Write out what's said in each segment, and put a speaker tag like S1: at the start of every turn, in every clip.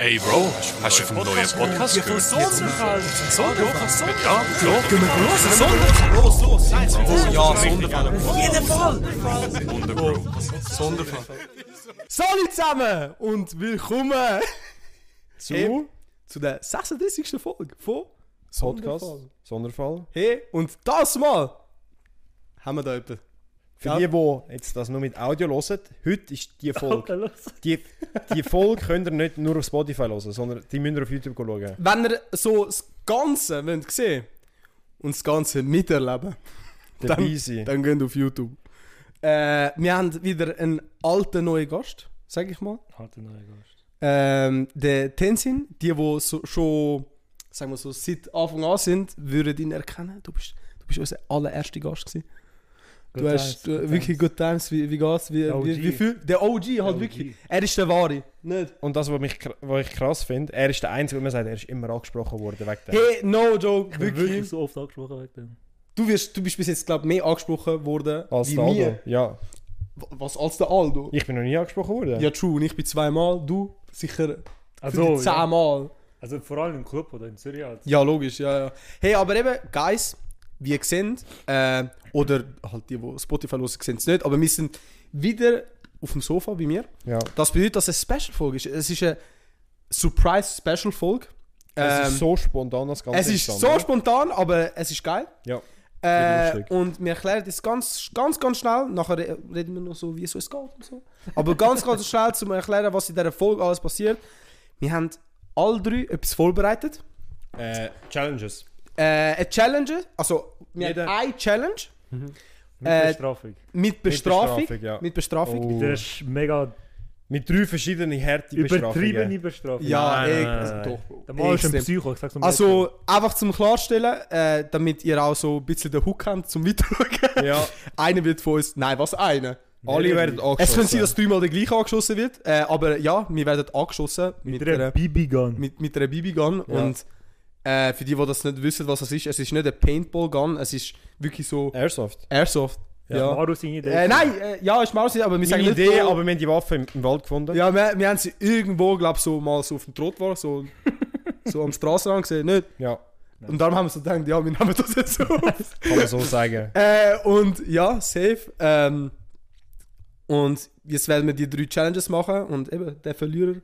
S1: Ey, Bro, hast du vom neuen Podcast gehört?
S2: Sonderfall! Sonderfall!
S1: Ja, klar.
S2: Gehen wir los! Sonderfall! Los, los! Oh ja, Sonderfall! Auf jeden Fall! Sonderfall!
S3: Salut zusammen und willkommen zu,
S2: Hey.
S3: zu der 36. Folge von
S4: Podcast,
S3: Sonderfall.
S4: Sonderfall.
S3: Hey, und das mal haben wir da jemanden.
S4: Für
S3: Ja.
S4: die, die jetzt das nur mit Audio hören, heute ist die Folge. Die, die Folge könnt ihr nicht nur auf Spotify hören, sondern die müsst ihr auf YouTube schauen.
S3: Wenn ihr so das Ganze wollt sehen und das Ganze miterleben,
S4: Dabei sein.
S3: dann geht auf YouTube. Äh, wir haben wieder einen alten neuen Gast, sag ich mal.
S5: Halt
S2: Alter neuer Gast.
S3: Ähm, der Tenzin, die, die so, schon sagen wir so, seit Anfang an sind, würden ihn erkennen. Du bist, du bist unser allererster Gast. Gewesen. Du
S2: Good times,
S3: hast du,
S2: good
S3: wirklich good times. Wie, wie geht's? Wie,
S2: Der
S3: wie,
S2: OG.
S3: wie viel? Der OG halt wirklich. Er ist der Wahre. Nicht?
S4: Und das, was, mich, kr- was ich krass finde, er ist der Einzige, der mir sagt, er ist immer angesprochen worden wegen dem.
S3: Hey, no joke,
S2: Wirklich?
S3: wirklich.
S2: so oft angesprochen wegen dem.
S3: Du, wirst, du bist bis jetzt, glaube ich, mehr angesprochen worden
S4: Als
S3: wie
S4: der Aldo.
S3: mir.
S4: Ja.
S3: W- Was als der Aldo?
S4: Ich bin noch nie angesprochen worden.
S3: Ja, true. Und ich bin zweimal, du sicher
S2: Also, ja.
S3: zehnmal.
S5: Also vor allem im Club oder in Zürich halt.
S3: Ja, logisch, ja, ja. Hey, aber eben, Guys, wie ihr seht, äh, oder halt die, die Spotify hören, sehen es nicht, aber wir sind wieder auf dem Sofa bei mir.
S4: ja.
S3: Das bedeutet, dass es eine Special-Folge ist. Es ist eine Surprise-Special-Folge.
S4: Es
S3: Ähm,
S4: ist so spontan, das Ganze.
S3: es ist
S4: entstanden.
S3: so spontan, aber es ist geil.
S4: Ja.
S3: Äh,
S4: lustig.
S3: und wir erklären das ganz, ganz, ganz schnell. Nachher re- reden wir noch so, wie es uns geht und so. Aber ganz, ganz schnell, um erklären, was in dieser Folge alles passiert. Wir haben alle drei etwas vorbereitet.
S4: Äh, Challenges.
S3: äh, eine Challenge, also wir
S4: Jeder-
S3: haben eine Challenge
S5: Mit
S3: Äh,
S5: der Bestrafung.
S3: mit Bestrafung.
S4: Bestrafung, ja.
S3: Mit Bestrafung.
S4: Oh.
S5: Das ist mega
S4: Mit drei verschiedenen Härten
S5: übertriebene Bestrafung.
S3: Ja,
S4: Nein,
S3: ey,
S4: nein,
S3: also
S4: nein.
S3: doch, Bro.
S5: Der Mann ist ein
S3: Extrem.
S5: Psycho, ich sag's nochmal.
S3: Also einfach zum Klarstellen, äh, damit ihr auch so ein bisschen den Hook habt zum Weiterschauen.
S4: Ja.
S3: einer wird von uns, nein, was einer?
S4: Alle werden angeschossen.
S3: Es könnte sein, dass dreimal der gleiche angeschossen wird, äh, aber ja, wir werden angeschossen mit,
S5: mit
S3: einer,
S5: der BB-Gun.
S3: mit, mit einer BB-Gun
S4: Ja.
S3: und äh, für die, die das nicht wissen, was das ist, es ist nicht eine Paintball-Gun, es ist wirklich so
S4: Airsoft.
S3: Airsoft. Ja.
S5: Maru seine Idee.
S3: Äh, nein, äh, ja, ist Maus, aber wir
S4: Meine
S3: sagen nicht
S4: Idee,
S3: so-
S4: aber wir haben die Waffe im, im Wald gefunden.
S3: Ja, wir, wir haben sie irgendwo, glaube ich, so mal so auf dem Trottoir, so, so am Straßenrand gesehen, nicht?
S4: ja.
S3: Und darum haben wir so gedacht, ja, wir nehmen das jetzt auf.
S4: Kann man so sagen.
S3: äh, und ja, safe. Ähm, und jetzt werden wir die drei Challenges machen und eben, der Verlierer,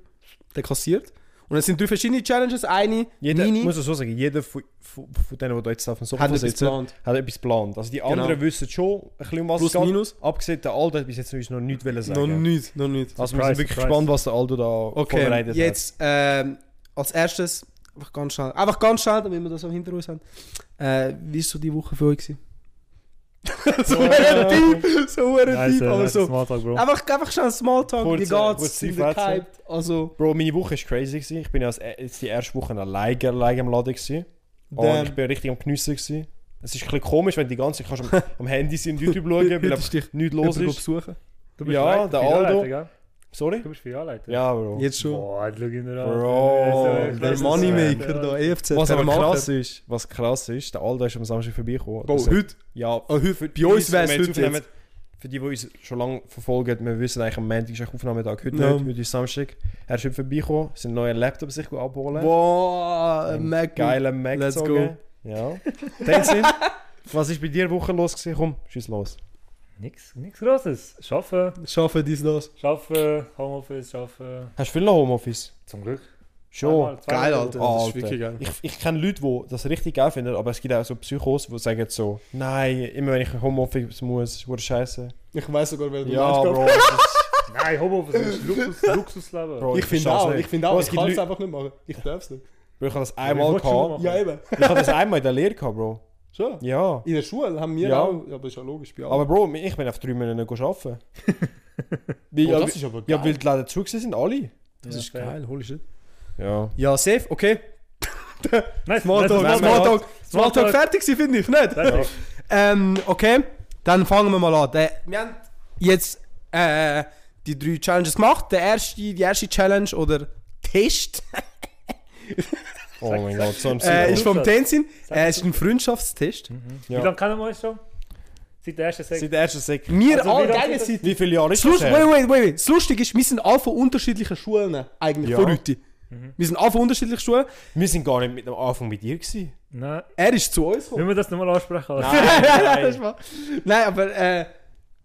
S3: der kassiert. Und es sind drei verschiedene Challenges. Eine,
S4: Jeder,
S3: meine,
S4: muss ich so sagen, jeder von, von, von denen, die da jetzt auf dem
S3: Hat
S4: Sofa
S3: etwas
S4: sitzen,
S3: geplant. Genau.
S4: hat etwas geplant. Also die anderen wissen schon ein bisschen, um was
S3: Plus,
S4: es geht.
S3: minus.
S4: Abgesehen, der Aldo hat bis jetzt uns noch nichts wollen sagen.
S3: noch nicht, noch nicht.
S4: Also wir
S5: Surprise,
S4: sind wirklich
S5: surprise.
S4: gespannt, was der Aldo da
S3: Okay,
S4: vorbereitet
S3: jetzt ähm, als erstes, einfach ganz schnell, einfach ganz schnell, damit wir das auch hinter uns haben. Äh, wie war so die Woche für euch? gewesen? so ein Typ, so ein
S5: Nice,
S3: Typ,
S5: äh,
S3: aber
S5: nice
S3: so.
S5: Smalltalk, Bro.
S3: Einfach, einfach schnell Smalltalk, wie
S4: Kurz, äh,
S3: geht's,
S4: kurz
S3: sind ihr
S4: Feedback.
S3: gehypt? Also,
S4: hat. Bro, meine Woche war crazy. Gewesen. Ich bin ja als- äh, jetzt die erste Woche alleine, alleine im Laden. Gewesen. Und
S3: Damn.
S4: ich bin richtig am Geniessen. Gewesen. Es ist ein bisschen komisch, wenn die ganze Zeit kannst am, am Handy sein und YouTube schauen, weil
S3: Hättest
S4: einfach
S3: dich
S4: nichts los
S3: jemanden
S4: ist.
S3: besuchen.
S5: du bist
S4: ja,
S5: Leiter,
S4: der
S5: Filialleiter,
S4: Aldo.
S5: gell?
S4: Sorry?
S5: Du bist Filialleiter.
S4: Ja, Bro.
S3: Jetzt schon.
S5: Boah, jetzt schau ihn dir an.
S4: Bro,
S5: Ja, so, ich
S3: der
S5: weiß,
S3: Moneymaker
S5: das-
S3: da, E EFZ.
S4: Was
S3: der
S4: aber
S3: Macher.
S4: krass ist, was krass ist, der Aldo ist am Samstag vorbeigekommen.
S3: Bro,
S4: Also-
S3: heute,
S4: Ja,
S3: oh, heute, bei
S4: Für
S3: uns
S4: die,
S3: wäre es
S4: die wir jetzt
S3: heute
S4: aufnehmen,
S3: jetzt.
S4: Für die, die uns schon lange verfolgen, wir wissen eigentlich, am Montag ist eigentlich Aufnahmetag. Heute
S3: Ja.
S4: nicht, heute ist Samstag. Er ist heute vorbeigekommen, seinen neuen Laptop sich abholen.
S3: Boah, ein Mac.
S4: Geilen Mac
S3: Let's go.
S4: gezogen. Ja. Tenzin, was ist bei dir Woche los gewesen? Komm, schieß los.
S5: Nix, nix Grosses. Schaffen,
S3: Schaffen dies das.
S5: schaffen, Homeoffice, schaffen.
S4: Hast du viel noch Homeoffice?
S5: Zum Glück.
S4: Schon.
S5: Zweimal, zweimal.
S3: Geil, Alter. Das ist
S4: Alter.
S3: wirklich geil.
S4: Ich, ich kenne Leute, die das richtig geil finden, aber es gibt auch so Psychos, die sagen so, nein, immer wenn ich Homeoffice muss, ist verdammt scheiße.
S3: Ich weiß sogar, wer du
S4: Ja,
S3: meinst.
S4: Bro. das ist-
S5: Nein, Homeoffice ist Luxus, Luxusleben.
S4: Bro,
S3: Ich finde
S4: versteh's
S3: auch,
S4: nicht.
S3: ich finde
S4: Bro,
S3: auch,
S4: es
S3: ich
S4: gibt
S3: kann es
S4: Leute-
S3: einfach nicht machen. Ich darf es nicht.
S4: Bro, Ich habe das
S5: Ich
S4: einmal
S5: wollte schon
S4: gehabt.
S5: mal-
S3: Ja, eben.
S4: Ich habe das einmal in der Lehre gehabt, Bro.
S3: Schon.
S4: Ja.
S3: In der Schule haben wir
S4: Ja.
S3: auch, ja, aber ist ja logisch bei allen.
S4: Aber Bro, ich bin auf drei Monate nicht arbeiten. weil,
S3: Bro,
S4: ja,
S3: Oh, das ist aber geil.
S4: ja, weil die Läden zu gewesen sind, alle.
S3: das
S5: Ja,
S3: ist
S5: fair.
S3: geil, hol ich
S4: Ja.
S3: Ja, safe, okay.
S5: Nein,
S3: Smalltalk,
S5: nein,
S3: Smalltalk, Smalltalk
S5: Smalltalk.
S3: fertig sie finde ich, nicht?
S5: Fertig.
S3: Ähm, okay, dann fangen wir mal an. Der, wir haben jetzt äh, die drei Challenges gemacht. Der erste, die erste Challenge oder Test
S4: Oh mein Gott, so ein
S3: äh, ist
S4: Psycho.
S3: vom Tenzin.
S5: Sag
S3: Äh,
S5: das.
S3: ist ein Freundschaftstest.
S4: Ja.
S5: Wie lange kennen wir uns schon? Seit der ersten Sek.
S4: Seit der ersten Sek.
S3: Wir
S5: Also, wie
S3: alle
S5: lange
S3: gegen
S5: sind das?
S3: sind.
S4: Wie viele Jahre ist
S3: Das Lust,
S4: das
S3: wait,
S4: her?
S3: wait, wait, wait. das Lustige ist, wir sind alle von unterschiedlichen Schulen eigentlich
S4: Ja. Mhm.
S3: von heute. Wir sind auf unterschiedlichen Schulen.
S4: Wir sind gar nicht mit am Anfang bei dir gewesen.
S5: Nein.
S3: Er ist zu uns gekommen.
S5: Müssen wir das nochmal ansprechen? Alter?
S3: Das ist wahr. Nein, aber äh,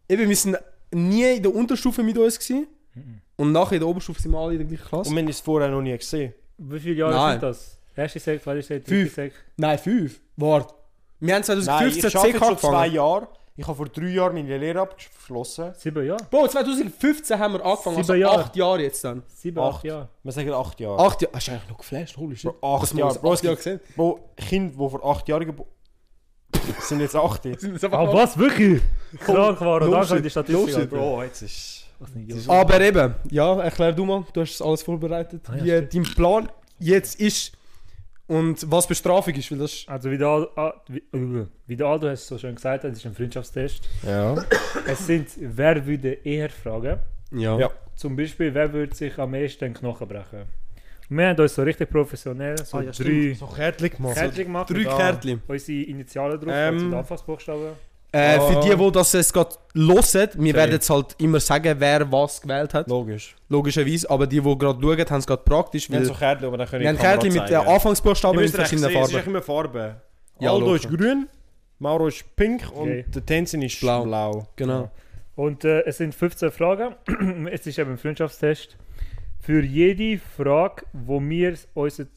S3: eben, wir sind nie in der Unterstufe mit uns gewesen. Und nachher in der Oberstufe sind wir alle in der gleichen Klasse.
S4: Mhm. Und wir haben es vorher noch nie gesehen.
S5: Wie viele Jahre
S3: Nein.
S5: sind das? Erste Sekt, zweite Sekt, dritte
S3: Fünf.
S5: Sekt.
S3: Nein, fünf. Warte. Wir haben
S4: Nein,
S3: 2015
S4: ich arbeite
S3: CK
S4: schon zwei
S3: angefangen.
S4: Jahre. Ich habe vor drei Jahren meine Lehre abgeschlossen.
S5: Sieben Jahre?
S3: Bro, 2015 haben wir angefangen, also
S5: Sieben Jahre.
S3: acht Jahre jetzt dann.
S5: Sieben, acht Jahre.
S4: Wir sagen acht Jahre.
S3: Acht Jahre. Hast du eigentlich noch geflasht? Holy shit.
S4: Vor acht
S3: Dass wir
S4: Jahren.
S3: uns
S4: Bro,
S3: acht
S4: es
S3: Jahre
S4: gibt
S3: gesehen.
S4: Bro, Kinder, die vor acht Jahren geboren sind jetzt 18.
S5: Ah, was? Wirklich? Krank war
S3: no
S5: und danke
S3: shit,
S5: an die Statistik. Alter.
S4: Bro, jetzt ist...
S5: Was nicht, Junge.
S3: Aber eben, ja, erklär du mal, du hast alles vorbereitet,
S5: Ah, ja,
S3: wie dein Plan jetzt ist und was Bestrafung ist, weil das ist
S5: Also, wie der, Aldo, ah, wie, äh, wie der Aldo es so schön gesagt hat, es ist ein Freundschaftstest.
S4: Ja.
S5: Es sind, wer würde eher fragen?
S3: ja.
S4: Ja.
S5: Zum Beispiel, wer würde sich am ehesten den Knochen brechen? Und wir haben uns so richtig professionell, so
S3: Ah, ja,
S5: drei
S4: So kärtlich gemacht.
S5: Kärtchen gemacht.
S3: drei
S5: und
S3: Kärtchen.
S5: Unsere Initialen drauf,
S4: Ähm.
S5: also die Anfangsbuchstaben.
S3: Äh, für
S4: Ja.
S3: die, die das jetzt gerade hören, wir
S5: Sorry.
S3: werden jetzt halt immer sagen, wer was gewählt hat,
S4: Logisch.
S3: logischerweise, aber die, die gerade schauen, haben es gerade praktisch,
S4: Wir haben
S3: weil
S4: so Kärtchen, aber dann können
S3: wir haben Kärtchen mit äh, Anfangsbuchstaben in
S4: müssen
S3: verschiedenen
S4: Es ist echt
S3: Farben.
S4: immer Farben.
S3: Ja,
S4: Aldo
S3: logisch.
S4: ist grün, Mauro ist pink und
S5: Okay.
S4: der Tenzin ist
S3: Blau.
S4: blau.
S3: Genau.
S5: Und äh, es sind 15 Fragen. es ist eben ein Freundschaftstest. Für jede Frage, wo wir unsere.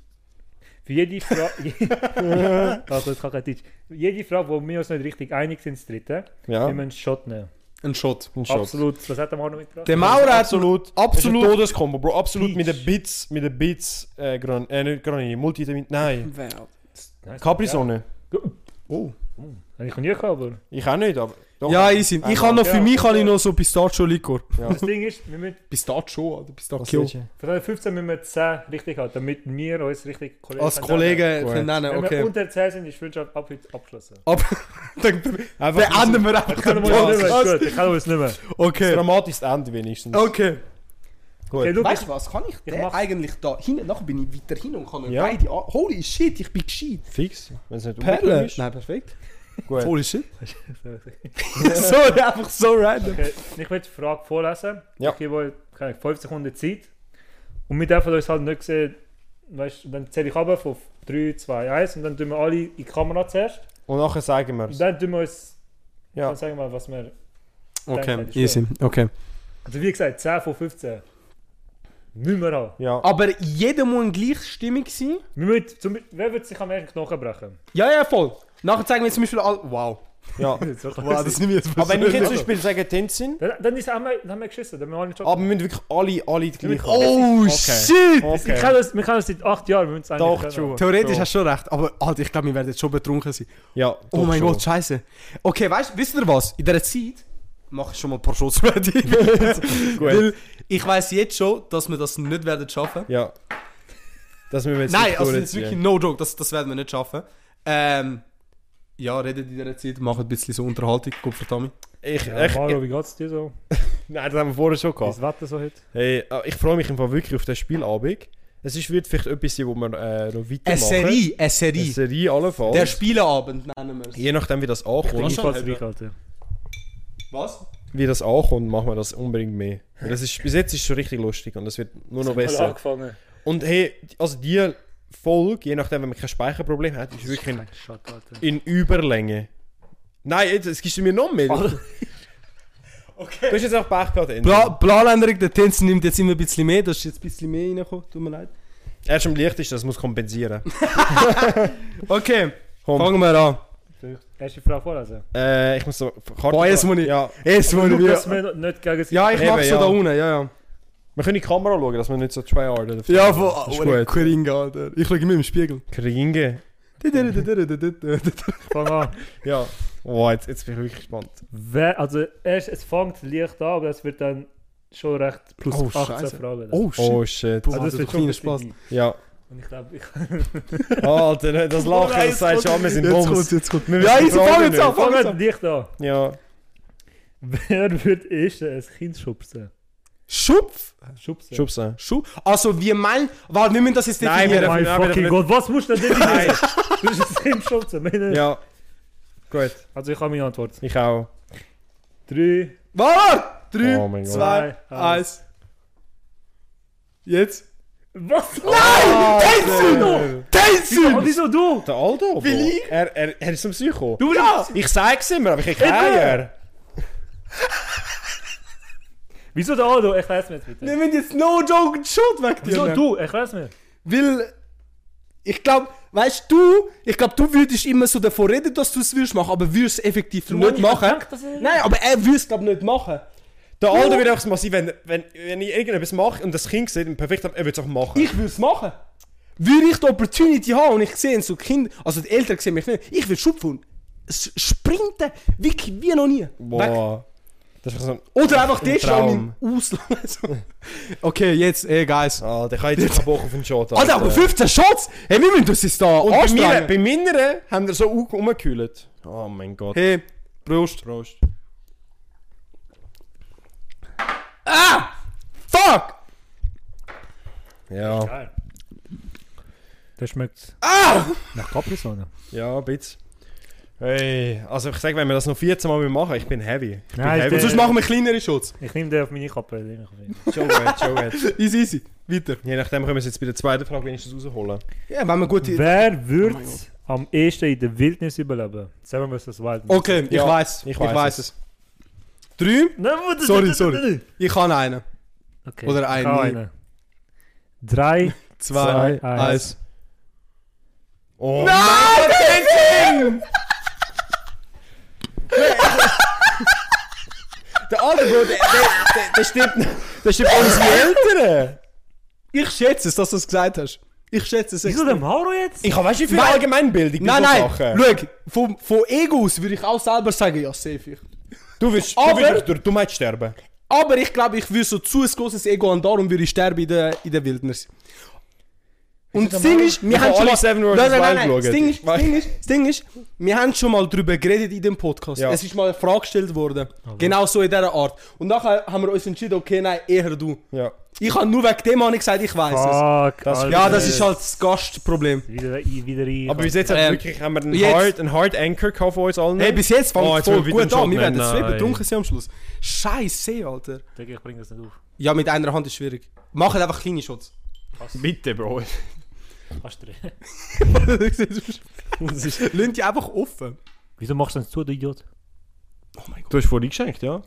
S5: Für jede Frage. also, jetzt kann kein Deutsch. Jede Frage, wo wir uns nicht richtig einig sind, das dritte,
S4: Ja.
S5: nehmen wir einen Shot nehmen.
S3: Ein Shot.
S4: Ein Shot.
S5: Absolut. Was hat der Manu mitgebracht?
S3: Der Maurer hat
S4: Absolut.
S3: absolut-
S4: Das ist ein Todeskombo, Bro. Absolut mit
S5: Peach.
S4: den Bits, mit den Bits, äh, Gran äh nicht Granini, Multivitamin, nein.
S5: Nice.
S4: Capri-Sonne.
S3: Oh.
S5: Habe ich noch nie gehabt, aber.
S4: Ich auch nicht, aber... Doch.
S3: Ja, easy. Ich
S4: Einmal.
S3: habe noch, für
S5: Ja.
S3: mich habe ich noch so Pistachio-Likor.
S5: Das Ding ist, wir müssen,
S3: Pistachio oder
S4: Was
S3: Pistachio?
S4: willst du?
S5: von den 15 müssen wir 10 richtig halten, damit wir uns richtig Kollegen
S3: Als
S5: können
S3: Kollege
S4: Gut.
S3: können nennen,
S5: nennen. Wenn wir
S3: okay.
S5: unter 10 sind, ist die Freundschaft ab heute abgeschlossen.
S3: Aber dann
S4: Einfach ein
S3: beenden wir einfach
S5: Können
S3: den
S5: wir uns nicht mehr?
S3: Podcast.
S5: Gut, ich kann es nicht mehr.
S3: Okay.
S4: dramatisches Ende wenigstens.
S3: Okay.
S5: Okay, schau,
S3: Weißt du was? Kann ich den
S5: mach's.
S3: eigentlich da hinten? Nachher bin ich weiter hin und kann mir
S4: Ja.
S3: beide an. Holy shit, ich bin gescheit.
S4: Fix, wenn es nicht
S3: Perle.
S4: umgekommen ist.
S3: Nein, perfekt.
S4: Gut.
S3: Holy shit. Sorry, einfach so random.
S5: Okay, ich werde die Frage vorlesen.
S4: Ja.
S5: Ich gebe euch keine Ahnung, 5 Sekunden Zeit. Und wir dürfen uns halt nicht sehen, weißt, du, dann zähle ich runter von 3, 2, 1 und dann tun wir alle in die Kamera zuerst.
S4: Und nachher sagen wir
S5: Und
S4: es.
S5: dann tun wir uns,
S4: Ja.
S5: dann sagen wir mal, was wir...
S3: Okay,
S5: Danke,
S3: easy. Okay.
S5: Also wie gesagt, 10 von 15. Nicht mehr haben.
S4: Ja.
S3: Aber jeder muss in gleicher Stimmung sein.
S5: Wir müssen, zum, Beispiel- wer wird sich am ersten Knochen brechen?
S3: Ja, ja, voll. Nachher zeigen wir zum Beispiel all. Wow.
S4: ja.
S5: So kann
S3: Wow,
S5: man
S3: das
S5: sagen.
S3: nehme ich jetzt
S4: Aber wenn ich jetzt zum
S3: persönlich.
S4: Beispiel sage Tenzin,
S5: dann, dann ist einmal, dann haben wir geschissen, dann haben wir alle schon...
S4: aber wir müssen wirklich alle, alle die gleiche
S3: Oh shit!
S5: Ich kann das, wir können das seit 8 Jahren, wir müssen es eigentlich
S4: Doch,
S5: können.
S4: true.
S3: Theoretisch
S4: So.
S3: hast du schon recht, aber Alter, ich glaube, wir werden jetzt schon betrunken sein.
S4: Ja,
S3: Oh mein
S4: schon.
S3: Gott, scheiße. Okay, weißt, wisst ihr was? In dieser Zeit mache ich schon mal ein paar Shots ready. Weil ich weiß jetzt schon, dass wir das nicht werden schaffen.
S4: Ja. Das müssen wir jetzt
S3: Nein,
S4: nicht
S3: also das ist
S4: durchziehen.
S3: wirklich no joke, das, das werden wir nicht schaffen. Ähm, ja, redet in dieser Zeit, macht ein bisschen so Unterhaltung, gut für Tommy.
S4: Ich,
S5: Ja,
S4: ich,
S5: Maro, wie geht's dir so?
S4: nein, das haben wir vorher schon
S5: Wie
S4: gehabt.
S5: ist das Wetter so heute?
S4: Hey, äh, ich freue mich im Fall wirklich auf den Spielabend. Es ist, wird vielleicht etwas sein, wo wir äh, noch weitermachen.
S3: Eine Serie, eine
S4: Eine
S3: Serie.
S4: Serie allenfalls.
S3: Der Spieleabend nennen wir es.
S4: Je nachdem, wie das ankommt,
S5: Ebenfalls reich, Alter.
S3: Was?
S4: wie das ankommt, machen wir das unbedingt mehr. Weil Das ist, bis jetzt ist es schon richtig lustig und es wird nur noch besser.
S5: angefangen.
S4: Und hey, also die Folge, je nachdem, wenn man kein Speicherproblem hat, ist wirklich in,
S5: Shot, Alter.
S4: in Überlänge. Nein, jetzt, jetzt gibst du mir noch mehr. okay. Du hast jetzt auch Pech gehabt, Ende.
S3: Bla Blaländerig, der Tänzer nimmt jetzt immer ein bisschen mehr, das ist jetzt ein bisschen mehr reingekommen, tut mir leid.
S4: Erst am leichtesten, das muss kompensieren.
S3: Okay,
S4: Komm.
S3: fangen wir an.
S5: Erste Frage vorlesen.
S4: Äh, ich muss so... Karte
S3: Boah, jetzt muss ich-
S4: Ja.
S3: Jetzt wollen
S5: Nur, dass
S3: wir...
S5: wir nicht gegen sie...
S3: Ja, ich
S4: Eben,
S3: mach's so
S4: ja.
S3: da unten, ja, ja.
S4: Wir können in die Kamera schauen, dass wir nicht so zwei Arten dürfen.
S3: Ja, von
S4: ist
S3: oh,
S4: gut.
S3: Coringa, Alter. Ich schaue immer im Spiegel.
S4: Kringe.
S5: Fang an.
S4: Ja. Wow, jetzt, jetzt bin ich wirklich gespannt.
S5: Wer, also, erst, es fängt leicht an, aber es wird dann schon recht plus
S3: Oh,
S5: 18
S3: Scheiße.
S5: Fragen.
S3: Oh
S4: Oh
S3: shit.
S4: shit.
S3: Boah,
S5: also,
S3: das ist
S5: es wird schon ein
S3: kleiner
S5: bisschen
S3: Spaß.
S5: deep.
S4: Ja.
S5: Und ich glaube, ich
S4: Alter, ne, das Oh, Lachen, das sagst du schon, wir sind
S3: Jetzt kommt's,
S4: Bums.
S3: jetzt kommt's.
S4: Wir
S3: Ja,
S4: wissen
S3: ich
S4: die Frage
S3: fang jetzt
S4: nicht.
S3: an, fang
S5: fang
S3: jetzt
S5: an,
S3: an.
S5: dich da.
S4: Ja.
S5: Wer wird erst ein Kind schubsen?
S3: Schupf?
S5: Schubsen.
S4: Schubsen.
S3: Schupf? Also, wir meinen... Warte, wir müssen das jetzt
S4: Nein,
S5: Oh
S3: definieren.
S5: mein
S4: Ja, aber-
S5: fucking Gott, was musst du denn definieren? Du musst ein Kind schubsen. meine-
S4: Ja. Gut.
S5: Also, ich habe meine Antwort.
S4: Ich auch.
S5: 3,
S3: Warte!
S4: Oh mein
S3: 3,
S4: Gott.
S5: Zwei,
S3: 2, 1. Jetzt?
S5: was? Nein! Tensudo! Und Ah, wieso du?
S4: Der Aldo, Bro.
S3: Willi?
S4: Er, er, er ist ein Psycho.
S5: Du bist
S3: Ja!
S4: Ich sag's immer, aber ich krieg Eier.
S5: Wieso der Aldo? Erklär's mir jetzt bitte.
S3: Wir müssen jetzt no joke einen Shot
S5: Wieso
S3: wegnehmen.
S5: du? Erklär's mir.
S3: Weil, ich glaube, weißt du, ich glaube, du würdest immer so davon reden, dass du es würdest machen, aber würdest es effektiv nicht
S5: Ich hab
S3: machen.
S5: gedacht, dass er-
S3: Nein, aber er würde es, glaube ich, nicht machen.
S4: Der Aldo wird einfach massiv, wenn, wenn, wenn ich irgendetwas mache und das Kind sieht und perfekt hat, er wird's auch machen.
S3: Ich würde es machen. Würde ich die Opportunity haben und ich sehe so Kinder, also die Eltern sehen mich nicht, ich würde schupfen. S- Sprinten, wirklich wie noch nie. Weg.
S4: Boah. Das ist so ein...
S3: Oder einfach die schon
S4: Traum.
S3: im Ausland. So. okay, jetzt, ey, Guys.
S4: Ah, der kann jetzt keinen Bock auf den Shot.
S3: Alter, aber 15 Shots! Hey, wir müssen uns jetzt da
S4: Und bei mir,
S3: anstrengen.
S4: bei meiner haben wir so rumgekühlt. Oh mein Gott.
S3: Hey, Prost.
S4: Prost.
S3: Fuck!
S4: Ja,
S5: Der schmeckt
S3: Ah!
S5: nach Capri-Sonne.
S4: ja, ein bisschen. Hey, also ich sag, wenn wir das noch 14 Mal machen, ich bin heavy. Ich bin
S5: Nein,
S4: heavy.
S5: der-
S3: Sonst machen wir kleinere Shots.
S5: Ich nehme den auf meine Kappe. den ich auf ihn.
S4: Schon gut, schon gut.
S3: Easy, easy. Weiter.
S4: Je nachdem können wir es jetzt bei der zweiten Frage wenigstens rausholen.
S3: Ja, wenn wir gute.
S5: Wer
S3: Oh
S5: wird am ehesten in der Wildnis überleben? Seven vs. Wild.
S3: Okay, ich
S4: Ja,
S3: weiß. Ich
S4: ich
S3: weiß
S4: weiss
S3: es. Drei?
S5: Nein, warte,
S3: Sorry,
S5: warte,
S3: sorry.
S5: warte.
S3: Ich kann einen.
S5: Okay.
S3: Oder
S5: ich
S3: ein,
S5: hab
S3: nee.
S5: einen. Drei.
S3: Zwei,
S5: Zwei, eins.
S3: eins.
S4: Oh,
S3: Nein, Benjamin!
S4: der Alter, Bro, der, der, der, der stirbt, der stirbt an unsere Eltern.
S3: Ich schätze es, dass du es gesagt hast. Ich schätze es.
S5: Wieso der Mauro jetzt?
S4: Ich habe weißt du, wie viel
S3: Nein.
S4: Allgemeinbildung bei
S3: Nein,
S4: so
S3: nein,
S4: Sachen.
S3: schau, von, von Ego aus würde ich auch selber sagen, ja, safe ich.
S4: Du wirst, du,
S3: Aber-
S4: wirst durch, du meinst sterben.
S3: Aber ich glaube, ich würde so zu ein grosses Ego haben, darum würde ich sterben in der, in der Wildnis. Und das Ding ist, wir
S4: Ich
S3: haben
S4: hab
S3: schon
S4: alle
S3: mal...
S4: Seven
S3: nein,
S4: Worlds
S3: nein, nein,
S4: Wild
S3: nein. Das
S4: geschaut.
S3: Ding, ist,
S4: Ich
S3: das,
S4: weiß.
S3: Ding ist, das Ding ist, wir haben schon mal darüber geredet in dem Podcast.
S4: Ja.
S3: Es ist mal eine Frage gestellt worden. Genau so in dieser Art. Und nachher haben wir uns entschieden, okay, nein, eher du.
S4: Ja.
S3: Ich habe nur wegen dem habe ich gesagt, ich weiß es.
S5: Fuck,
S4: Das-
S5: Alter.
S3: Ja, das ist halt das Gastproblem.
S5: Wieder ein, wieder ein.
S4: Aber bis jetzt haben wir
S3: Ähm,
S4: wirklich haben wir einen,
S3: jetzt-
S4: hard, einen hard Anchor gehabt von uns allen.
S3: Hey, bis jetzt fängt
S4: Oh,
S3: es
S4: jetzt
S3: voll
S4: wollen wir wieder
S3: gut
S4: einen
S3: an.
S4: Shot
S3: Wir werden
S4: nehmen.
S3: zwei
S4: Nein.
S3: betrunken sein am Schluss. Scheiße, Alter.
S5: Digga, ich bring das nicht auf.
S3: Ja, mit einer Hand ist schwierig. Macht einfach kleine Shots.
S4: Bitte, Bro.
S5: Kannst du drehen.
S3: Lehnt die einfach offen.
S5: Wieso machst du das zu, du Idiot?
S4: Du hast vorhin geschenkt, ja?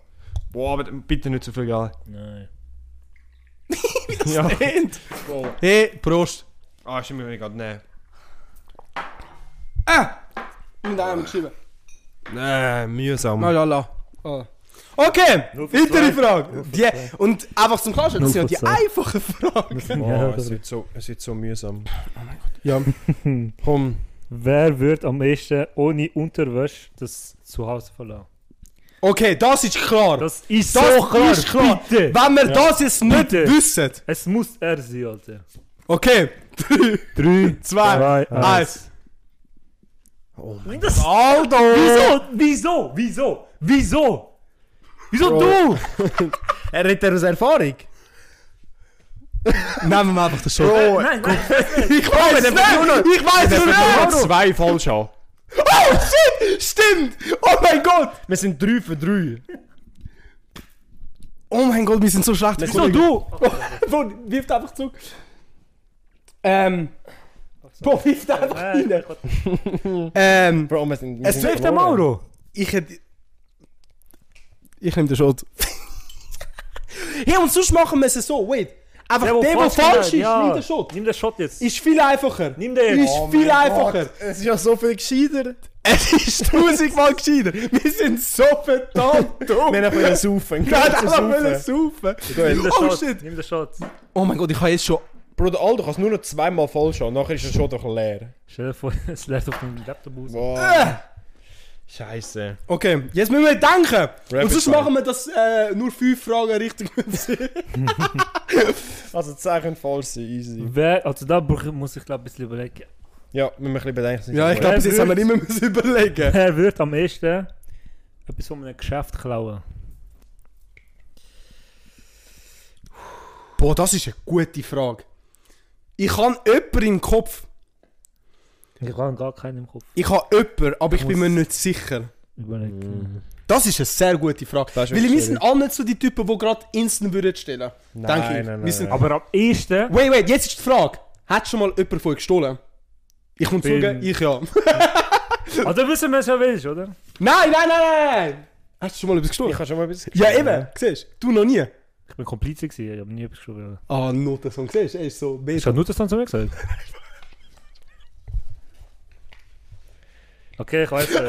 S4: Boah, aber bitte nicht zu viel Geld.
S5: Nein.
S4: Ja.
S3: End. Hey, Prost.
S4: Ah, ist mir gerade nein.
S3: Ah! Mit einem geschrieben.
S4: Nein, mühsam.
S3: Ah, la, la. Ah. Okay,
S5: Nur für
S3: weitere
S5: zwei.
S3: Frage. Die, und einfach zum Klarstellen, das sind ja
S5: Nur
S3: die
S5: für zwei.
S3: einfachen Fragen.
S4: Oh, es, wird so, es wird so mühsam. Ja. Komm.
S5: Wer wird am ehesten ohne Unterwäsche das Zuhause verlassen?
S3: Okay, das ist klar. Das,
S5: Das
S3: ist
S5: ist so klar,
S3: klar.
S5: bitte!
S3: Wenn wir das jetzt nicht
S5: Bitte.
S3: wissen.
S5: Es muss er sein, Alter.
S3: Okay, 3,
S5: 3,
S3: 2, 1.
S4: Oh mein
S5: Das,
S3: Aldo!
S5: wieso? Wieso? Wieso? Wieso? Wieso du?
S4: Er redet aus Erfahrung.
S3: Nehmen wir einfach den Shot.
S4: Bro,
S5: Nein, nein,
S3: Ich weiß es nicht! Ich weiß es nicht!
S4: zwei falsch haben.
S3: Oh shit! Stimmt! Oh mein Gott!
S4: Wir sind drei für drei.
S3: Oh mein Gott, wir sind so schlecht.
S4: Wieso
S3: du? Bro, wirft einfach zurück. Ähm. Bro, wirft einfach rein. Ähm.
S4: Bro, wir sind. wir
S3: Es
S4: sind
S3: wirft der
S4: verloren.
S3: Mauro. Ich hätte. Ich nehme den Shot. hey, und sonst machen wir es so, wait. Einfach der, der falsch, ist, nimm den Shot.
S5: Nimm den Shot jetzt.
S3: Ist viel einfacher.
S5: Nimm den
S3: Ist
S5: jetzt.
S3: viel
S4: Oh mein
S3: einfacher.
S4: Gott, Es ist ja so viel gescheiter.
S3: Es ist tausendmal gescheiter. Wir sind so verdammt dumm.
S4: Wir haben einfach saufen.
S3: Wir haben einfach wollen saufen.
S5: Nimm den
S3: Oh
S5: Shot.
S3: shit.
S5: Nimm den Shot.
S3: Oh mein Gott, ich habe jetzt schon...
S4: Bro, der Aldo kann es nur noch zweimal falsch haben. Nachher ist er schon doch leer.
S5: Stell dir vor, es lädt auf dem Laptop aus.
S3: Eh.
S4: Boah. Scheiße.
S3: Okay, jetzt müssen wir denken. Und
S4: Rapid
S3: sonst
S4: fire.
S3: machen wir das äh, nur fünf Fragen richtig.
S4: Also 10 können falsch sein, easy.
S5: Wer, also da brauch- muss ich glaube ein bisschen überlegen.
S4: Ja, wir müssen ein bisschen bedenken.
S3: ja, ich glaube, bis jetzt haben wir immer müssen überlegen.
S5: Wer wird am ehesten etwas von einem Geschäft klauen?
S3: Boah, das ist eine gute Frage. Ich habe jemanden im Kopf.
S5: Ich habe gar keinen im Kopf.
S3: Ich habe jemanden, aber ich bin mir nicht sicher.
S5: Überlegen.
S3: Das ist eine sehr gute Frage.
S4: Das ist
S3: Weil wir
S4: wirklich
S3: sind alle nicht so die Typen, die gerade instant würden stellen.
S4: Nein,
S3: Denke ich.
S4: nein,
S3: Wir sind-
S4: nein.
S5: Aber am ehesten.
S3: Wait, wait, jetzt ist die Frage. Hat schon mal jemand von euch gestohlen? Ich muss
S5: Bin-
S3: sagen, ich ja.
S5: Also wissen wir es ja, willst, oder?
S3: nein, nein, nein, nein, nein! Hast du schon mal etwas
S4: Ich
S3: gestohlen?
S4: habe schon mal etwas
S3: Ja, eben, siehst du, du noch nie.
S5: Ich bin Komplize gewesen, ich habe nie etwas geschrieben.
S3: Ah, oh, Notensong, siehst du, er ist so
S5: Ich
S3: besser.
S5: habe nur das dann zu mir gesagt. Okay, ich weiß äh,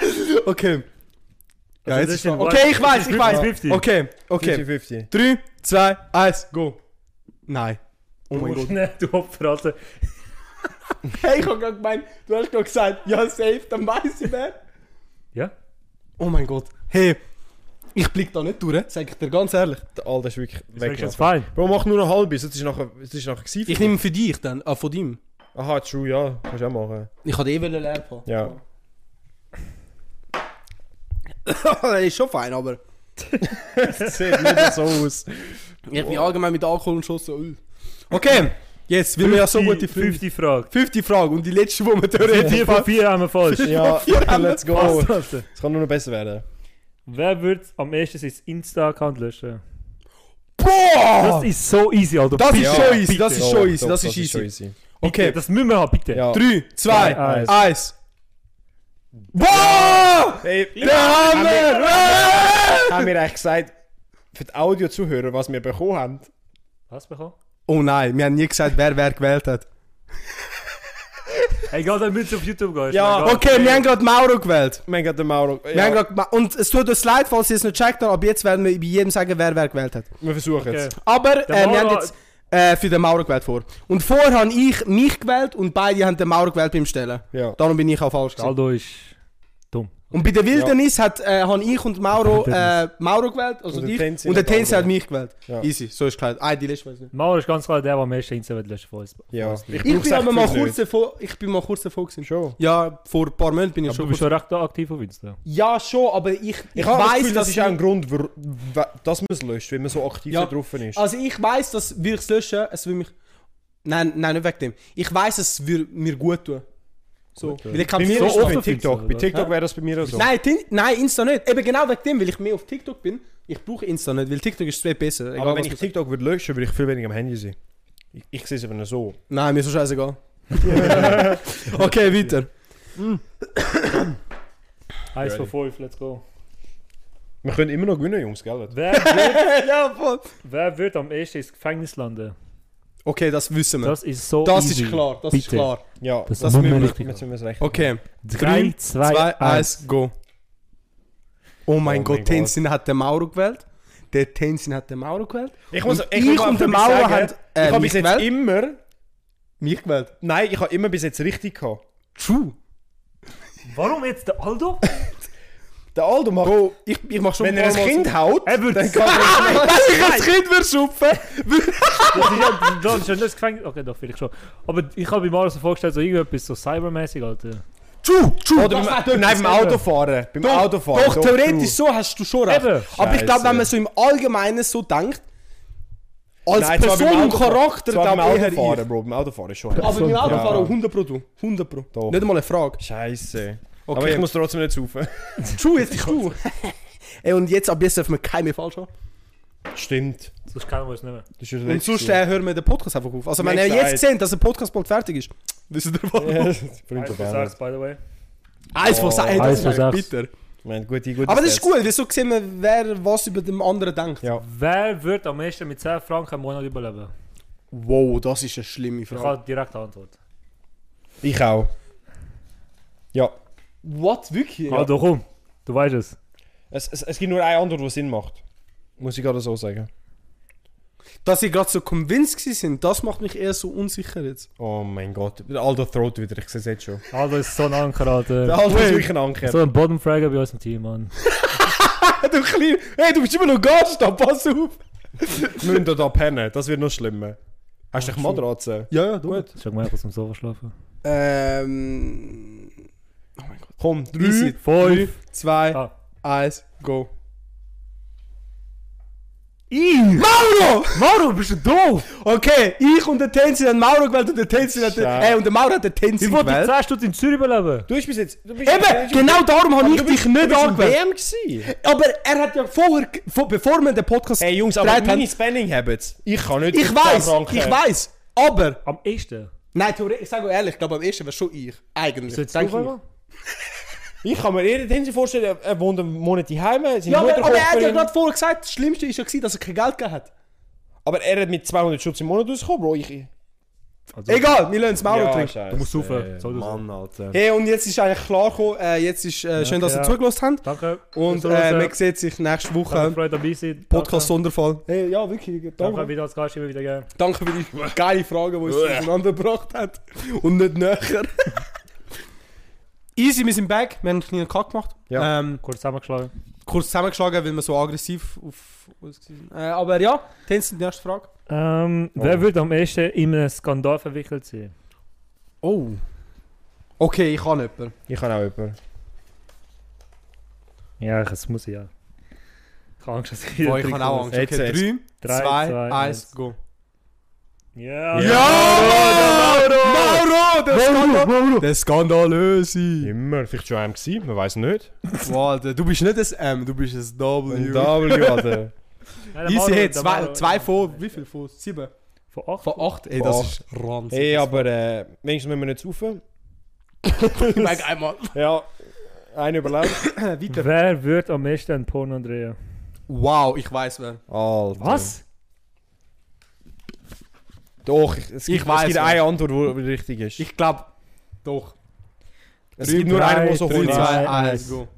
S5: es.
S3: Okay. Ja,
S5: Also
S3: jetzt Also,
S5: das
S3: ist
S5: sind
S3: schon. Okay, ich weiß, ich weiß.
S5: 50-50.
S3: Okay, okay.
S4: 50-50.
S3: 3, 2, 1, go. Nein. Oh mein Gott.
S5: Nein, du Opferrasse.
S3: Hey, ich hab grad gemeint, du hast gerade gesagt, ja, safe, dann weiß ich wer.
S5: Ja?
S3: Oh mein Gott. Hey, ich blick da nicht durch, sag ich dir ganz ehrlich.
S4: Der Alter ist wirklich
S5: Ist wirklich jetzt
S4: weggelaufen.
S5: fein.
S4: Bro, mach nur noch halb, es ist nachher, es ist nachher gewesen.
S3: Ich nehme für dich dann, ah, von dem.
S4: Aha, true, ja, kannst du auch machen.
S3: Ich hatte eh wollen leer haben.
S4: Ja.
S3: das ist schon fein, aber
S4: Das sieht nicht so aus.
S3: ich bin allgemein mit Alkohol und Schuss so. äh. Okay, jetzt, weil wir ja so gute Freunde.
S5: 50 Frage.
S3: Fünfte Frage und die letzte, die wir theoretisch
S5: Vier von vier haben wir falsch.
S4: Ja, let's go.
S5: Was das denn?
S4: Es kann nur noch besser werden.
S5: Wer würde am ersten sein Insta-Account löschen? Das
S3: Boah!
S5: ist so easy, Alter.
S3: Ah. Das ist
S4: Ja,
S3: schon easy, das
S5: bitte.
S3: ist schon
S4: Doch,
S3: easy,
S4: doch,
S3: das ist easy.
S4: easy.
S5: Okay,
S3: Okay,
S5: das müssen wir haben, bitte.
S4: Ja.
S3: 3, 2,
S4: eins.
S3: 1. Boah!
S4: Hey,
S3: Der Hammer! Ah!
S4: haben wir eigentlich gesagt, für die Audio-Zuhörer, was wir bekommen haben?
S5: Hast du bekommen?
S3: Oh nein, wir haben nie gesagt, wer wer gewählt hat.
S5: Egal, dann müssen wir auf YouTube gehen. ist
S4: Ja,
S5: mir egal.
S3: Okay, wir haben gerade Mauro gewählt.
S4: Wir haben gerade den Mauro.
S3: Wir haben gerade Ma- und es tut uns leid, falls ihr es nicht checkt habt, aber jetzt werden wir bei jedem sagen, wer wer gewählt hat.
S4: wir versuchen es.
S5: Okay.
S3: Aber
S5: Der
S3: äh, wir
S5: Mauro-
S3: haben jetzt äh, für den Mauro gewählt vor. Und vorher habe ich mich gewählt und beide haben den Mauro gewählt beim Stellen.
S4: Ja.
S3: Darum bin ich auch falsch gewesen.
S5: Aldo ist dumm.
S3: Und bei der Wildernis hat, äh, haben ich und Mauro äh, Mauro gewählt, also
S4: Und der
S3: dich.
S4: Tenzi
S3: und der
S4: hat
S3: Tenzi hat
S4: Mauro.
S3: mich gewählt.
S4: Ja.
S3: Easy, so ist klar. Ah, die letzte weiß nicht.
S5: Mauer ist ganz klar der, der am ersten Insta löschen von uns.
S4: ja.
S3: Ich
S4: brauch's
S3: bin aber
S4: echt
S3: mal
S4: viel
S3: kurz
S4: nicht.
S3: davor, ich bin mal kurz davor gewesen.
S4: Schon.
S3: Ja, vor ein paar Monaten bin ich
S5: Aber
S3: schon
S5: du bist
S3: kurz.
S5: schon recht aktiv auf Insta.
S3: Ja, schon, aber ich, ich,
S4: Ich, habe das
S3: weiß,
S4: Gefühl,
S3: dass
S4: das ist
S3: ich-
S4: auch ein Grund, wor- wa- dass man es löscht, weil man so aktiv
S3: Ja. Ah,
S4: da drauf ist.
S3: Also ich weiß, dass würde ich es löschen, es würde mich. Nein, nein, nicht wegen dem. Ich weiß, es würde mir gut tun. So. Weil ich
S4: bei
S3: kann
S4: mir
S3: so
S4: ist es bei
S5: offen
S4: TikTok.
S5: findest,
S4: Bei
S5: oder?
S4: TikTok wäre das bei mir auch so.
S3: Nein, Tin- nein, Insta nicht. Eben genau wegen dem, weil ich mehr auf TikTok bin. Ich brauche Insta nicht, weil TikTok ist straight besser. Egal,
S4: aber wenn
S3: was
S4: ich
S3: man-
S4: TikTok würde löschen, würde ich viel weniger am Handy sein. Ich, ich sehe es eben so.
S3: Nein, mir ist so scheißegal. okay, weiter.
S5: Eins von
S4: Ready.
S5: fünf, let's go.
S4: Wir können immer noch gewinnen, Jungs, gell?
S5: Wer wird,
S3: ja, voll.
S5: wer wird am ersten ins Gefängnis landen?
S3: Okay, das wissen wir. Das,
S5: Das ist so
S3: ist
S5: easy.
S3: klar, das ist
S5: Bitte.
S3: klar.
S4: Ja,
S5: Das,
S3: Das
S5: muss
S3: müssen
S5: man
S3: wir-
S5: richtig
S4: Jetzt
S5: machen.
S4: müssen wir es recht.
S3: Okay,
S5: 3, 2,
S3: 2,
S5: 1.
S3: 1, go. Oh mein
S4: Oh mein
S3: Gott,
S4: Gott.
S3: Tenzin hat den Mauro gewählt. Der Tenzin hat den Mauro gewählt.
S4: Ich muss,
S3: Und
S4: ich
S3: ich und
S4: muss auch
S3: der
S4: für mich
S3: Mauer
S4: sagen,
S3: haben, äh,
S4: ich habe
S3: mich
S4: bis jetzt
S3: gewählt.
S4: immer.
S3: Mich gewählt.
S4: Nein, ich habe immer bis jetzt richtig gehabt.
S3: True.
S5: Warum jetzt der Aldo?
S4: Der Aldo macht.
S3: Bro, ich, ich mach schon
S4: wenn er ein
S3: Mal-
S4: Kind haut,
S5: Er würde
S4: dann
S5: sagen,
S4: kann
S3: Wenn ich ein Kind würde
S4: Oh,
S3: schupfen, würde
S5: das ist ja das ist ja nicht das Gefängnis. Okay, doch, vielleicht schon. Aber ich habe mir mal so vorgestellt, so irgendetwas so cybermäßig, Alter.
S3: True, true.
S4: Oder beim, nein, beim Autofahren. Beim
S3: Doch,
S4: Autofahren.
S3: doch, theoretisch so hast du schon recht.
S5: Eben.
S3: Aber ich glaube,
S4: Scheiße.
S3: wenn man so im Allgemeinen so denkt, als
S4: Nein, zwar beim
S3: Person und
S4: Autofahren-
S3: Charakter,
S4: zwar beim
S3: glaube ich eher
S4: Autofahren,
S3: ich.
S4: Bro. Beim Autofahren ist schon.
S3: Aber beim
S5: Ja.
S3: Autofahren 100 Pro, du. 100 Pro.
S4: Doch.
S3: Nicht einmal eine Frage.
S4: Scheiße. Aber
S3: Okay.
S4: ich muss trotzdem nicht saufen.
S3: True, jetzt bist du. Ey, und jetzt, ab jetzt dürfen wir keinen mehr falsch haben.
S4: Stimmt. Dus
S5: Sonst kennen wir es nicht mehr.
S4: Das ist
S3: Und sonst äh, hören wir den Podcast einfach auf. Also, wenn
S4: Mir
S3: ihr jetzt
S4: gesagt.
S3: seht, dass der Podcast bald fertig ist, wisst ihr warum?
S5: Eins von sechs, by the way.
S3: Eins von sechs. Ey, Das
S5: Eins von
S3: ist eigentlich
S5: sechs.
S3: bitter.
S4: Mein, gute, gute
S3: Aber das ist
S4: Stats.
S3: gut, weil so sehen wir, wer was über den anderen denkt.
S4: Ja.
S5: Wer wird am ersten mit 10 Franken im Monat überleben?
S3: Wow, das ist eine schlimme
S5: Ich
S3: Frage.
S5: habe direkt eine Antwort.
S4: Ich auch. Ja.
S3: What, wirklich?
S5: Aldo, komm. Du weißt es.
S4: Es, es, es gibt nur eine Antwort, die Sinn macht. Muss ich gerade so sagen.
S3: Dass sie gerade so convinced gewesen sind, das macht mich eher so unsicher jetzt.
S4: Oh mein Gott. Der Aldo throat wieder. Ich sehe es jetzt schon.
S5: Aldo ist so ein Anker,
S4: Der
S5: Alter.
S4: Aldo ist wirklich ein Anker.
S5: So ein Bodenfrager bei uns im Team, Mann.
S3: du Klein, hey, du bist immer noch Gast da, pass auf!
S4: Wir müssen da pennen. Das wird noch schlimmer. Hast du dich Matratze?
S3: Ja, ja, du.
S5: Ist ja gemein, ich muss am Sofa schlafen.
S3: Ähm. Oh mein Gott.
S4: Komm,
S3: Easy.
S4: drei.
S5: 5.
S3: 2,
S5: Ah.
S3: 1, go.
S5: Ich!
S3: Mauro!
S5: Warum bist du doof?
S3: Okay, ich und der Tenzin haben Mauro gewählt und der Tenzin hat den,
S4: Scheiße.
S3: äh, und der Mauro hat den Tenzin
S5: Ich wollte
S3: gewählt.
S5: 10 Stunden in Zürich überleben.
S4: Du bist bis jetzt. Du bist
S3: Eben, genau darum habe ich dich nicht angewählt.
S4: gewesen.
S3: Aber er hat ja vorher, ge- vor, bevor wir den Podcast
S4: Hey Jungs, aber
S3: gedreht haben-
S4: meine Spending Habits. Ich kann nicht.
S3: Ich weiß, ich weiß. Aber,
S5: Am ehesten.
S3: nein, theoretisch, ich sage euch ehrlich, ich glaube, am ersten wäre schon ich. Eigentlich.
S5: Bist du
S3: denke
S5: jetzt Zufall?
S4: Ich kann mir eher den vorstellen, er wohnt einen Monat daheim, seine
S3: Ja,
S4: Mutter
S3: aber, aber er hat ja
S4: ihn.
S3: gerade vorher gesagt, das Schlimmste ist ja, gewesen, dass er kein Geld gehabt hat.
S4: Aber er hat mit 200 Schutz im Monat rausgekommen, Bro. Ich,
S5: Also,
S3: Egal, wir lassen das Maul
S4: ja,
S3: trinken.
S5: Du
S4: scheiße.
S5: musst rufen. Soll das-
S4: Alter.
S3: Hey, und jetzt ist eigentlich klar gekommen, äh, jetzt ist äh, schön, dass ihr
S5: ja.
S3: zugelassen habt.
S5: Danke.
S3: Und
S5: So,
S3: äh,
S5: äh,
S3: man sieht sich nächste
S5: danke,
S3: Woche.
S5: Freude dabei sein.
S3: Podcast-Sonderfall. Hey, ja, wirklich.
S5: Danke,
S3: Danke,
S5: danke wieder als Gast immer wieder gerne.
S3: danke für die geile Frage, die uns auseinandergebracht hat. Und nicht näher. Easy, wir sind back. Wir haben einen kleinen Kack gemacht.
S4: Ja.
S3: Ähm,
S5: Kurz zusammengeschlagen.
S3: kurz zusammengeschlagen, weil wir so aggressiv auf uns waren. Äh, aber ja, Tänz die nächste Frage.
S5: Ähm, Wer würde am ehesten in einen Skandal verwickelt sein?
S3: Oh. Okay, ich kann jemanden.
S4: Ich kann auch jemanden.
S5: Ja, das muss ich ja. Ich habe Angst, dass ich
S3: Boah, ich kann auch Angst.
S4: Jetzt, jetzt.
S3: Okay, 3, 2, 1,
S5: eins.
S3: go.
S5: Ja!
S3: Ja, Mauro! Mauro! Der Skandal!
S5: Mauro!
S3: Der Skandalöse!
S4: Immer. Vielleicht schon einem gewesen, man weiß nicht.
S3: Wow, Alter, du bist nicht das M, du bist das W.
S4: Ein W, Alter.
S5: Nein, der
S3: Easy,
S5: Mauro,
S3: hey,
S5: der
S3: zwei,
S5: Mauro.
S3: zwei von, wie viel von? Sieben?
S5: Von acht?
S3: Von acht? Ey,
S4: Von
S3: das
S4: acht.
S3: ist ranzig.
S4: Hey, aber äh, wenigstens müssen wir nicht saufen.
S3: ich mag einmal.
S4: Ja, einer überlebt.
S3: Weiter.
S5: Wer würde am ehesten einen Porno drehen?
S3: Wow, ich weiß wer.
S4: Alter.
S5: Was?
S4: Doch, ich- es
S3: Ich
S4: gibt,
S3: weiss,
S4: es gibt
S3: ja.
S4: eine Antwort, die richtig ist.
S3: Ich glaube, doch.
S4: es gibt nur einen, der so
S5: drei,
S4: hoch
S3: 3,
S4: ist.
S5: zwei.
S3: 2,
S5: eins.
S3: 1, go.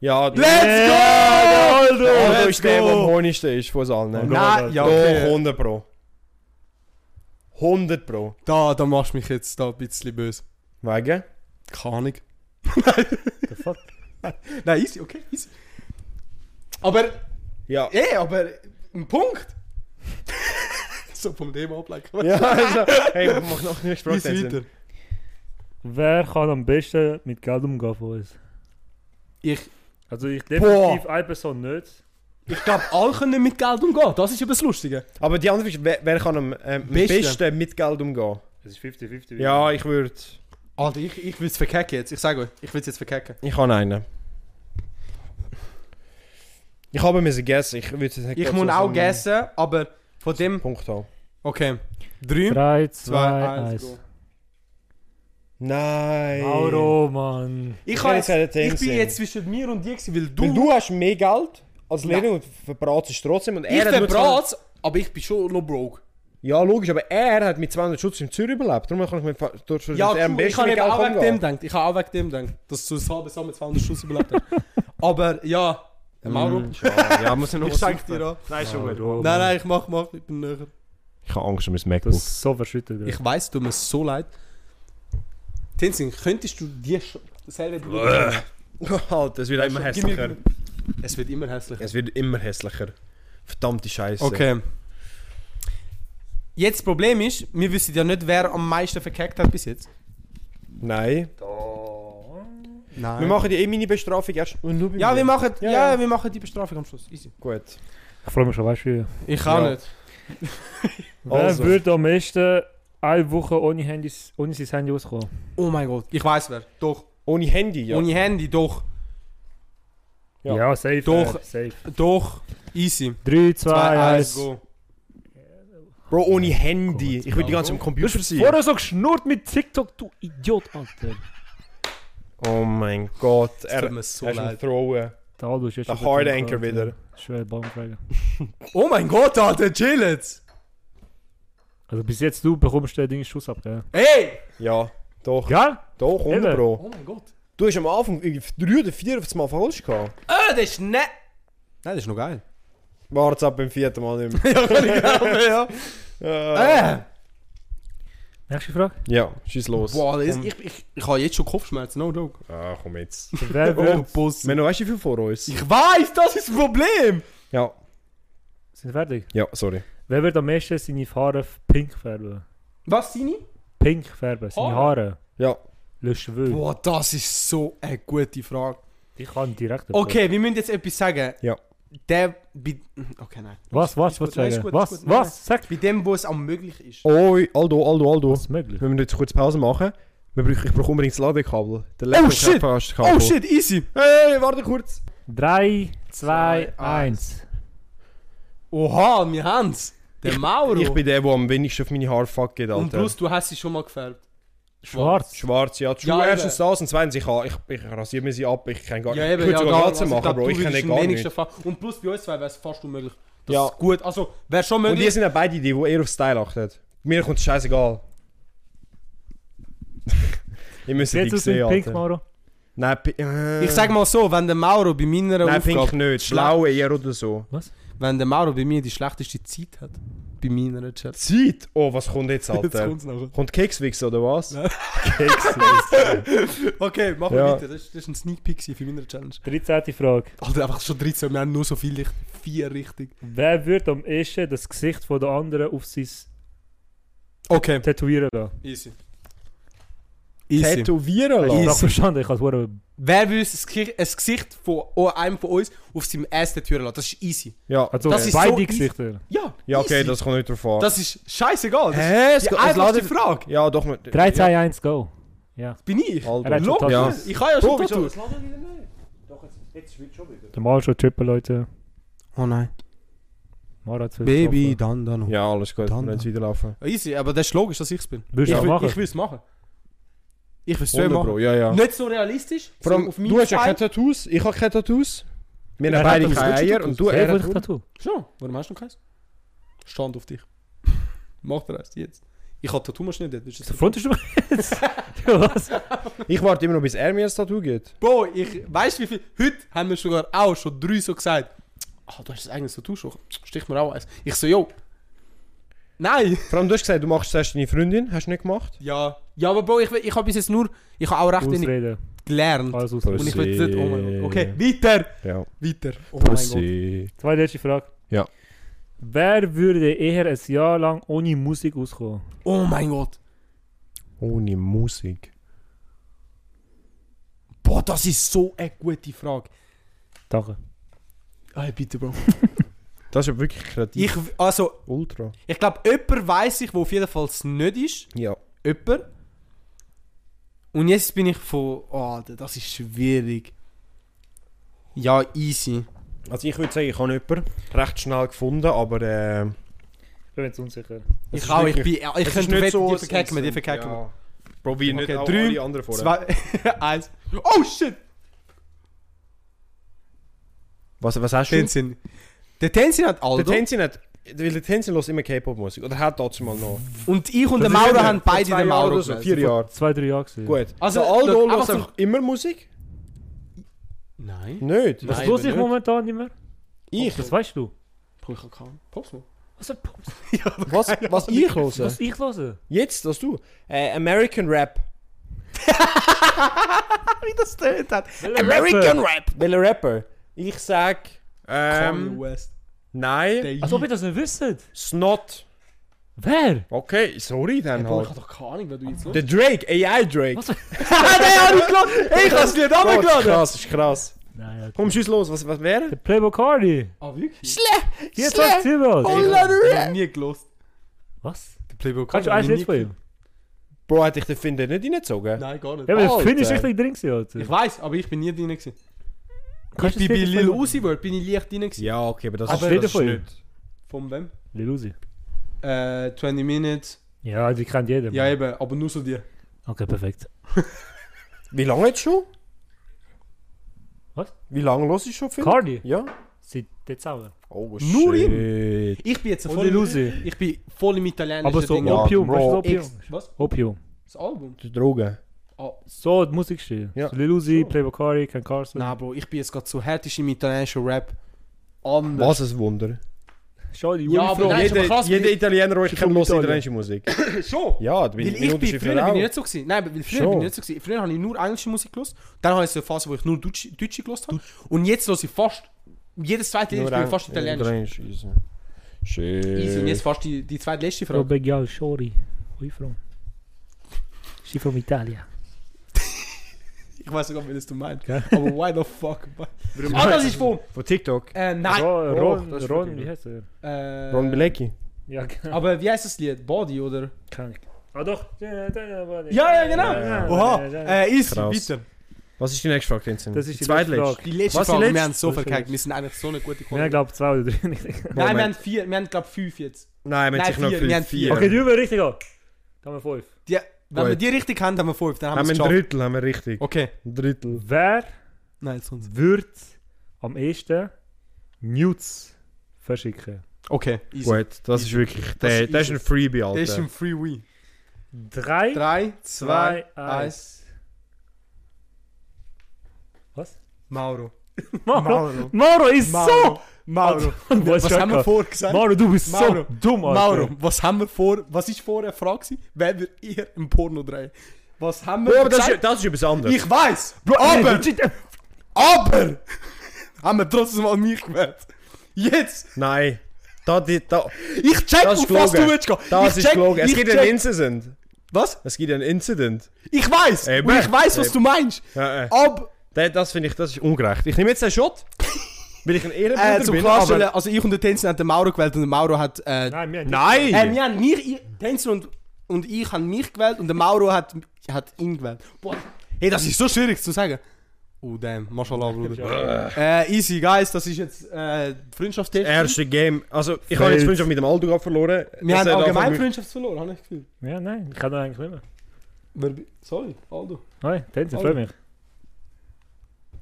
S4: Ja, der
S3: Let's
S5: Yeah,
S3: go!
S5: Alter!
S4: Aldo
S3: Let's
S4: ist der, der am
S3: go!
S4: hornigste ist von uns allen.
S5: go.
S3: Nein, ja,
S4: Doch,
S3: okay.
S4: 100 Pro. 100 Pro.
S3: Da, da machst du mich jetzt da ein bisschen böse.
S4: Wegen?
S3: Keine Ahnung.
S5: The fuck?
S3: Nein, easy, okay, easy. Aber,
S4: Ja.
S3: eh, aber, ein Punkt. so vom Thema ableiten.
S4: Ja, also, hey, mach noch nicht Sprach
S3: Easy weiter.
S5: Wer kann am besten mit Geld umgehen von uns?
S3: Ich,
S5: Also ich definitiv eine Person nicht.
S3: ich glaube, alle können mit Geld umgehen. Das ist eben das Lustige.
S4: Aber die andere ist, wer, wer kann am ähm, am
S3: Besten.
S4: besten mit Geld umgehen?
S5: Es ist 50-50.
S4: Ja, ich würde.
S3: Alter, ich, ich will es verkacken jetzt. Ich sage euch, ich will es jetzt verkacken.
S4: Ich habe einen. Ich habe mir gegessen. Ich würde es nicht
S3: Ich
S4: gerade
S3: muss
S4: so
S3: auch
S4: zum
S3: gessen, nou aber von dem.
S4: Punkt haben.
S3: Okay. 3,
S5: 3,
S3: 2, 1, go.
S4: Nein.
S5: Mauro, Mann.
S3: Ich,
S4: Ich
S3: kann
S4: hätte
S3: jetzt,
S4: gesagt,
S3: ich bin
S4: Tenzin.
S3: jetzt zwischen mir und dir, gewesen, weil du.
S4: Weil du hast mehr Geld als
S3: Nein.
S4: Lenin und verbratst es trotzdem. Und
S3: ich
S4: er hat nur 200
S3: verbrat's, aber ich bin schon noch broke.
S4: Ja, logisch, aber er hat mit 200 Schutz in Zürich überlebt. Darum kann ich mir fa- durch durch-
S3: Ja,
S4: dass er
S3: cool, ich habe
S4: mit
S3: eben auch wegen dem
S4: umgeht.
S3: gedacht. Ich habe auch wegen dem gedacht, dass du das halbe Jahr mit 200 Schuss überlebt hast. aber ja, Mm. Mauro,
S4: Ja, ja, muss
S3: ich schenke dir an.
S4: Nein,
S5: Mauro,
S3: Nein,
S5: Mann.
S3: nein, ich mach, mach, ich bin näher.
S4: Ich habe Angst um mein MacBook.
S5: Das ist so verschüttet. Ich
S3: Ich weiß, tut mir so leid. Tenzin, könntest du dir sch- selber Brille
S4: Alter, es Halt, wird Äh. immer
S3: Gib mir-
S4: hässlicher.
S3: Es wird immer hässlicher.
S4: Es wird immer hässlicher. Verdammte Scheiße.
S3: Okay. Jetzt das Problem ist, wir wissen ja nicht, wer am meisten verkackt hat bis jetzt.
S4: Nein.
S3: Nein.
S4: Wir machen die eh mini Bestrafung erst. Nur bei
S3: ja,
S4: mir.
S3: wir machen, ja,
S4: Ja, ja.
S3: wir machen die Bestrafung am Schluss. Easy.
S4: Gut.
S5: freue mich schon, weißt du wie.
S3: Ich kann
S4: Ja.
S3: nicht.
S4: Also.
S5: Wer würde am ehesten eine Woche ohne, Handys, ohne sein Handy auskommen?
S3: Oh mein Gott. Ich weiß wer. Doch.
S4: Ohne Handy, ja.
S3: Ohne Handy, doch.
S4: Ja.
S5: safe.
S3: Doch.
S5: Äh, safe.
S3: Doch. Easy.
S5: 3, 2,
S3: Zwei,
S5: 1.
S3: go.
S4: Bro, ohne Handy. Ich würde die
S3: Ja,
S4: ganze Zeit am
S5: Du hast
S4: Computer sein.
S5: vorher so geschnurrt mit TikTok, du Idiot, Alter.
S4: Oh mein Gott.
S3: Es
S4: Er
S3: tut
S4: er
S3: mir
S4: ist
S3: so
S4: ein
S3: leid.
S4: Throwen.
S5: Der Aldo ist jetzt
S4: Der
S5: schon wieder
S4: Hard
S5: dran,
S4: Anchor
S5: Alter.
S4: wieder.
S5: Schwer, Baumfrage.
S3: Oh mein Gott, Alter, chill jetzt.
S5: Also bis jetzt du bekommst den Ding Schuss ab, gell?
S3: Ey!
S4: Ja, doch.
S5: Ja?
S4: Doch, 100
S5: Eben.
S4: Pro.
S3: Oh mein Gott.
S4: Du hast am Anfang irgendwie drei oder vier auf einmal falsch gehabt.
S3: Oh, das ist nett. Nein, das ist noch geil.
S4: Warte ab beim vierten Mal nicht
S3: ja, kann ich glauben, ja. Äh.
S4: mehr.
S5: Nächste Frage.
S4: Eh, Ja, schieß los.
S3: Boah, das ist, ich, ich, ich habe jetzt schon Kopfschmerzen, no joke.
S4: Ah, komm jetzt.
S5: Wer
S3: Oh,
S4: äh.
S5: würde,
S3: Bus.
S4: Wir haben noch weißt du, wie viel vor uns?
S3: Ich weiß, das ist das Problem.
S4: Ja,
S5: sind wir fertig?
S4: ja, sorry.
S5: Wer würde am meisten seine Haare f- pink färben?
S3: Was, Sini?
S5: Pink färben, seine Haare.
S4: Ja.
S5: Le Cheveux.
S3: Boah, das ist so eine gute Frage.
S5: Ich kann direkt...
S3: Okay, wir müssen jetzt etwas sagen.
S4: Ja.
S3: Der, bei, okay, nein.
S5: Was, was, was
S3: gut, nein, ist
S5: sagen?
S3: gut, ist
S5: Was,
S3: gut, nein,
S5: was? Sag
S3: Bei dem, wo es am möglich ist.
S4: Oi, Aldo, Aldo, Aldo.
S5: was möglich.
S4: Wir müssen jetzt kurz Pause machen. Wir brauchen, ich brauche unbedingt das Ladekabel. Der Laptop hat
S3: shit.
S4: fast Kabel.
S3: Oh shit, easy.
S4: Hey, warte kurz.
S5: 3, 2,
S3: Zwei,
S5: 1.
S3: Oha, wir haben's. Der Mauro.
S4: Ich bin der, der am wenigsten auf meine Haare fuck geht,
S3: und
S4: Alter.
S3: plus, du hast sie schon mal gefärbt.
S5: Schwarz.
S4: Schwarz, ja. True,
S3: Ja, eben.
S4: erstens das und zweitens, ich, kann- ich, ich rasiere mir sie ab. Ich kann gar
S3: Ja, eben,
S4: ich
S3: ja,
S4: könnte sogar
S3: gar-
S4: Glatze
S3: also
S4: machen,
S3: glaub,
S4: Bro.
S3: du
S4: Ich kann
S3: würdest
S4: nicht
S3: am
S4: gar
S3: wenigsten
S4: nicht.
S3: fa- Und plus bei uns zwei wäre es fast unmöglich. Das
S4: Ja.
S3: ist gut. Also, wäre schon
S4: Und
S3: möglich.
S4: ihr sind ja beide die, die eher auf Style achten. Mir kommt es scheißegal. ihr müsst
S5: Jetzt
S4: dich
S5: aus dem
S4: sehen,
S5: Pink,
S4: Alter.
S5: Mauro.
S4: Nein, pi- äh,
S3: ich sag mal so, wenn der Mauro bei meiner
S4: Nein,
S3: Aufgabe,
S4: Pink nicht. Blaue eher oder so.
S3: wenn der Mauro bei mir die schlechteste Zeit hat, bei meiner Chat.
S4: Zeit! Oh, was kommt jetzt,
S3: Jetzt
S4: Alter?
S3: kommt's nachher.
S4: kommt Kekswichs oder was?
S3: Nein.
S4: Kekswichs.
S3: Okay, machen wir
S4: Ja.
S3: weiter. Das, das ist ein Sneak Peek gewesen für meine Challenge.
S5: 13. Frage.
S3: Alter, einfach schon 13, wir haben nur so viel, Licht- vier richtig.
S5: Wer würde am ehesten das Gesicht von der anderen auf sein
S3: Okay,
S5: Tätowieren gehen?
S3: easy. Easy.
S4: Tätowieren
S5: Ich
S4: lassen.
S5: habe verstanden, ich habe
S3: Wer will das Gesicht- ein Gesicht von oh, einem von uns auf seinem ersten Tür lassen? Das ist easy.
S4: Ja.
S5: also
S3: Das ist
S5: beide
S3: so easy.
S5: Gesichter.
S3: Ja,
S4: ja, okay,
S3: easy.
S4: das kommt nicht drauf an.
S3: Das ist scheißegal. Das
S4: Hä?
S3: ist
S4: Es
S3: die
S4: geht- es
S3: einfachste
S4: ladet-
S3: Frage.
S4: Ja, doch. mit-
S5: 3, 2, 1, go.
S3: Bin ich.
S5: Er hat
S4: Alter.
S5: schon
S3: Logisch.
S5: Tattoo.
S4: Ja.
S3: Ich kann ja schon Tattoo.
S5: Der Mauro schon trippen, Leute.
S3: Oh nein.
S5: Mauro hat
S3: Baby, dann, dann.
S4: Ja, alles gut.
S3: Dann-
S4: Dann jetzt wieder laufen.
S3: Easy, aber das ist logisch, dass ich es bin.
S5: Willst du
S3: ich,
S5: auch
S3: will-
S5: machen?
S3: ich will es machen. Ich will es so
S4: Wunder,
S3: machen.
S4: Bro. Ja, ja.
S3: Nicht so realistisch.
S4: Vor allem,
S3: so auf
S4: du
S3: meinen
S4: hast ja keine
S3: Fall.
S4: Tattoos, ich habe keine Tattoos. Wir
S5: Er
S4: haben
S5: hat
S4: beide
S5: aber
S4: keine
S3: solche
S4: Eier
S3: Tattoos.
S4: und du
S5: Sehr
S4: er
S5: gutes
S4: hat-
S5: Tattoo.
S3: Schon, warum hast du noch keins? Stand auf dich. Mach den Rest jetzt. Ich habe Tattoo-Maschine dort. willst du das-
S5: Frontest du mich jetzt? Du was?
S4: Ich warte immer noch, bis er mir ein Tattoo gibt.
S3: Bro, ich weiß wie viel. Heute haben wir sogar auch schon drei so gesagt. Ah, du hast ein eigenes Tattoo schon. Stich mir auch eins. Ich so, yo. Nein.
S4: Vor allem, du hast gesagt, du machst zuerst deine Freundin, hast du nicht gemacht?
S3: Ja. Ja, aber Bro, ich, will- ich habe bis jetzt nur. Ich habe auch recht wenig
S5: Ausreden.
S3: gelernt.
S5: Alles
S3: Und
S5: ausreden.
S3: ich will jetzt nicht. Oh mein Gott. Okay,
S4: Pussy.
S3: weiter.
S4: Ja.
S3: Weiter. Oh
S4: Pussy.
S5: Zweite letzte Frage.
S4: Ja.
S5: Wer würde eher ein Jahr lang ohne Musik auskommen?
S3: mein Gott. Oh mein Gott.
S4: Ohne Musik.
S3: Boah, das ist so eine gute Frage.
S5: Danke.
S3: Ah, bitte, Bro.
S4: Das ist ja wirklich kreativ.
S3: Ich, also,
S4: Ultra.
S3: ich glaube, jemand weiß ich, wo auf jeden Fall es nicht ist.
S4: Ja.
S3: jemand. Und jetzt bin ich von, oh, Alter, das ist schwierig. Ja, easy.
S4: Also ich würde sagen, ich habe jemanden recht schnell gefunden, aber äh,
S5: Ich bin jetzt unsicher.
S4: Es
S3: ich
S4: ist
S3: auch, ich bin,
S4: wirklich-
S3: ich
S4: es
S3: könnte wetten, die
S4: es
S3: verkacken wir, die
S4: ist-
S3: verkacken wir.
S4: Ja. Probier nicht
S3: Okay,
S4: auch
S3: drei,
S4: alle anderen vorher.
S3: Zwei, eins. Oh shit!
S4: Was, was hast du?
S3: Tenzin. Der Tenzin hat
S4: Der
S3: Aldo
S4: Tenzin hat... Weil der Tenzin hört immer K-Pop-Musik. Oder hat dazu mal noch.
S3: und ich und der
S4: Das ist
S3: Mauro
S4: ja
S3: haben
S4: vor
S3: beide
S4: zwei
S3: den
S4: Jahren
S3: Mauro
S4: oder so,
S3: gewählt.
S4: vier Jahre.
S5: Zwei, drei Jahre gewesen.
S4: Gut.
S3: Also,
S4: Also Aldo
S3: aber
S4: hört
S3: zum-
S4: einfach immer Musik?
S3: Nein.
S4: Nicht.
S5: Was
S3: Nein,
S5: los
S3: eben
S5: ich
S3: nicht.
S5: momentan nicht mehr?
S4: Ich?
S5: Das weißt du.
S3: Bro, ich hab keinen. Pop's mal.
S5: Was, was,
S4: Was, was ich höre?
S5: was ich höre?
S4: Jetzt, das du. Äh, American Rap.
S3: Wie das tönt hat.
S5: American
S4: Rap. Welcher Rapper? Ich sag...
S3: Kanye
S4: Ähm,
S3: West.
S4: nein.
S3: Der
S5: Als
S3: Yeet.
S5: ob ihr das nicht wisst.
S4: Snot.
S5: Wer?
S4: Okay, sorry dann
S3: Bro, ich hab
S4: halt.
S3: doch keine Ahnung, wer du jetzt los.
S4: Der Drake, AI Drake.
S5: Was?
S3: Ah, der hat nicht gelassen! Ey, Ich hab's dir
S4: Oh, ist
S3: runtergeladen!
S4: krass, ist krass.
S5: Nein, ja.
S4: Komm, schieß los, was, was wäre?
S5: Der Playboy Cardi.
S3: Ah, wirklich?
S5: Hier sagt
S3: Oh.
S5: Zimmer.
S3: Ich hab nie gelost.
S5: Was?
S3: Der Playboy
S5: Kannst du eins nicht von ihm?
S4: Bro, hätte ich den Finder nicht reingezogen?
S3: Nein, gar nicht.
S5: Ja, aber der
S4: Alter.
S5: Finn ist richtig drin gewesen,
S3: Ich
S5: Alter.
S3: weiß, aber ich bin nie drin gewesen.
S5: Kannst
S3: ich bin
S5: du
S3: bei
S5: das Bild
S3: Lil
S5: von-
S3: Uzi World, bin ich leicht drin gewesen.
S4: Ja, okay, aber das
S5: Aber
S4: ist,
S5: rede
S4: das ist
S5: von ihm.
S4: nicht.
S3: Von wem?
S5: Lil Uzi.
S3: Äh, 20 Minutes.
S5: Ja, die kennt jeder.
S3: Ja eben, aber nur so dir.
S5: Okay, perfekt.
S4: Wie lange jetzt schon?
S5: Was?
S4: Wie lange los ich schon Finder?
S5: Cardi?
S4: Ja.
S5: Seit Dezember.
S4: Oh,
S3: Nur
S4: shit.
S3: Ich bin jetzt
S5: Und
S3: voll
S5: Lil
S3: im-
S5: Uzi.
S3: Ich bin voll im italienischen
S5: Aber so
S3: Ding.
S4: Ja,
S5: Opium,
S4: Bro.
S5: weißt du, Opium.
S3: Ex- was?
S5: Opium.
S3: Das Album?
S4: Drogen.
S3: Ah,
S5: So die Musik steht.
S4: Ja.
S5: So Lil Uzi, Playboy Cardi, Ken Carson.
S3: nein, Bro, ich bin jetzt gerade so härtisch im italienischen Rap. Anders.
S4: Was ein Wunder.
S5: Schau die
S3: Ja,
S5: Uniform.
S3: Bro, nein, ist
S4: Jeder,
S3: aber krass,
S4: jeder
S3: weil-
S4: Italiener, den ich kenne, hört
S5: Italien.
S4: italienische Musik.
S3: Schon?
S4: Ja, da
S3: Weil ich
S4: bin ich
S3: bin,
S4: unterschiedlich
S3: früher bin ich
S4: auch.
S3: nicht so gewesen. Nein, weil früher
S4: Schon.
S3: bin ich nicht so gewesen. Früher habe ich nur englische Musik gelost. Dann habe ich so eine Phase, wo ich nur Deutsche, Deutsche gelost habe. Und jetzt höre ich fast... Jedes zweite Lied
S4: Nur
S3: ich bin
S4: ein-
S3: fast italienisch.
S4: italienisch. easy.
S3: Easy. Und jetzt
S4: Shit.
S3: fast die, die zweitletzte Frage.
S5: Robert Gial, sorry. Where you from? She from Italia.
S3: Ich weiß sogar, welches du meinst.
S5: Gell?
S3: Aber why the fuck? man? ah, das ist von.
S4: Von TikTok.
S3: Äh, nein.
S5: Ron, Ron,
S4: das ist
S5: Ron
S4: wirklich
S5: wie heißt er?
S3: Äh,
S4: Ron Bilecki.
S5: Ja, genau.
S3: aber wie heißt das Lied? Body oder?
S5: Keine Ahnung. Ah doch.
S3: Ja, ja, genau.
S4: Ja.
S3: Oha. Äh, easy.
S4: Krass.
S3: Weiter.
S4: Was ist die nächste Frage, Vincent?
S5: Das ist die
S4: zweite
S5: letzte
S3: Die letzte
S4: Was, die
S3: Frage,
S4: letzte?
S3: wir haben so
S5: Das ist
S3: verkackt.
S5: schwierig.
S3: Wir sind eigentlich so eine gute
S5: Ja, ich
S3: Qualität.
S5: glaube zwei oder drei.
S3: Nein, wir haben
S4: Moment.
S3: vier, wir haben glaube fünf jetzt.
S4: Nein, wir haben
S3: Nein,
S4: sich noch
S3: vier,
S4: viel.
S3: wir haben
S4: vier.
S3: vier.
S5: Okay, die über richtig an. Da haben wir fünf.
S3: Die, wenn
S4: Gut.
S3: wir die richtig haben, haben wir fünf. Dann haben,
S4: haben
S3: wir
S4: wir
S3: es
S4: ein
S3: geschafft. Oh.
S4: Drittel, haben wir richtig.
S3: Okay.
S4: Ein
S3: Mm.
S4: Drittel.
S5: Wer
S3: Nein, sonst.
S5: würde am ehesten Nudes verschicken?
S3: Okay, easy.
S4: Gut, das ist wirklich. Der,
S3: ist
S4: das ist ein
S3: easy.
S4: Freebie,
S3: Das ist
S4: Alter.
S3: ein Free Win.
S5: Drei,
S3: 3, 2,
S5: zwei,
S3: 1.
S5: eins. Was?
S3: Mauro.
S5: Mauro.
S3: Mauro.
S5: Mauro ist
S3: Mauro.
S4: Also,
S3: Mauro.
S5: so... Du hast
S3: Was
S5: schon
S3: haben wir
S5: gehabt.
S3: vorgesagt?
S5: Mauro, du bist
S3: Mauro.
S5: so dumm, Alter.
S3: Mauro, was haben wir vor? Was ist vorher eine Frage? gewesen? Wer wird eher im Porno drehen? Was haben wir
S4: Oh, aber das
S3: gesagt?
S4: ist, das ist etwas anderes.
S3: Ich weiß, aber, aber, haben wir trotzdem an mich gewählt. Jetzt,
S4: Nein. Da, die, da,
S3: ich check,
S4: das
S3: auf
S4: ist
S3: was du
S4: gelogen.
S3: willst gehen.
S4: Das
S3: ich
S4: ist
S3: check,
S4: gelogen. Es
S3: ich
S4: gibt
S3: check-
S4: einen Incident.
S3: Was?
S4: Es gibt einen Incident.
S3: Ich weiß,
S4: Eben.
S3: und ich weiß, was
S4: Eben.
S3: du meinst.
S4: Ja, äh.
S3: Aber,
S4: Der- Das finde ich, das ist ungerecht. Ich nehme jetzt den Shot, weil ich ein Ehrenbürger
S3: äh, zum
S4: bin.
S3: Klarstellen,
S4: Aber
S3: also ich und der Tänzer haben den Mauro gewählt und der Mauro hat, äh,
S5: Nein, wir haben
S4: nein!
S3: äh, wir haben mir, ich- Tänzer und, und ich haben mich gewählt und der Mauro hat, hat ihn gewählt. Boah, hey, das ist so schwierig zu sagen. Oh, damn, mashallah, Bruder. äh, easy, guys, das ist jetzt, äh, Freundschaftstest.
S4: das erste Game. Also, ich habe jetzt
S5: Failed.
S4: Freundschaft mit dem Aldo gerade verloren.
S3: wir
S4: Das
S3: haben
S4: hat
S3: allgemein
S4: angefangen mit-
S3: Freundschaft verloren, habe ich das Gefühl.
S5: Ja, nein, ich kann doch eigentlich nicht mehr.
S3: Wer bi- Sorry, Aldo.
S5: Nein, Tänzer, freut mich.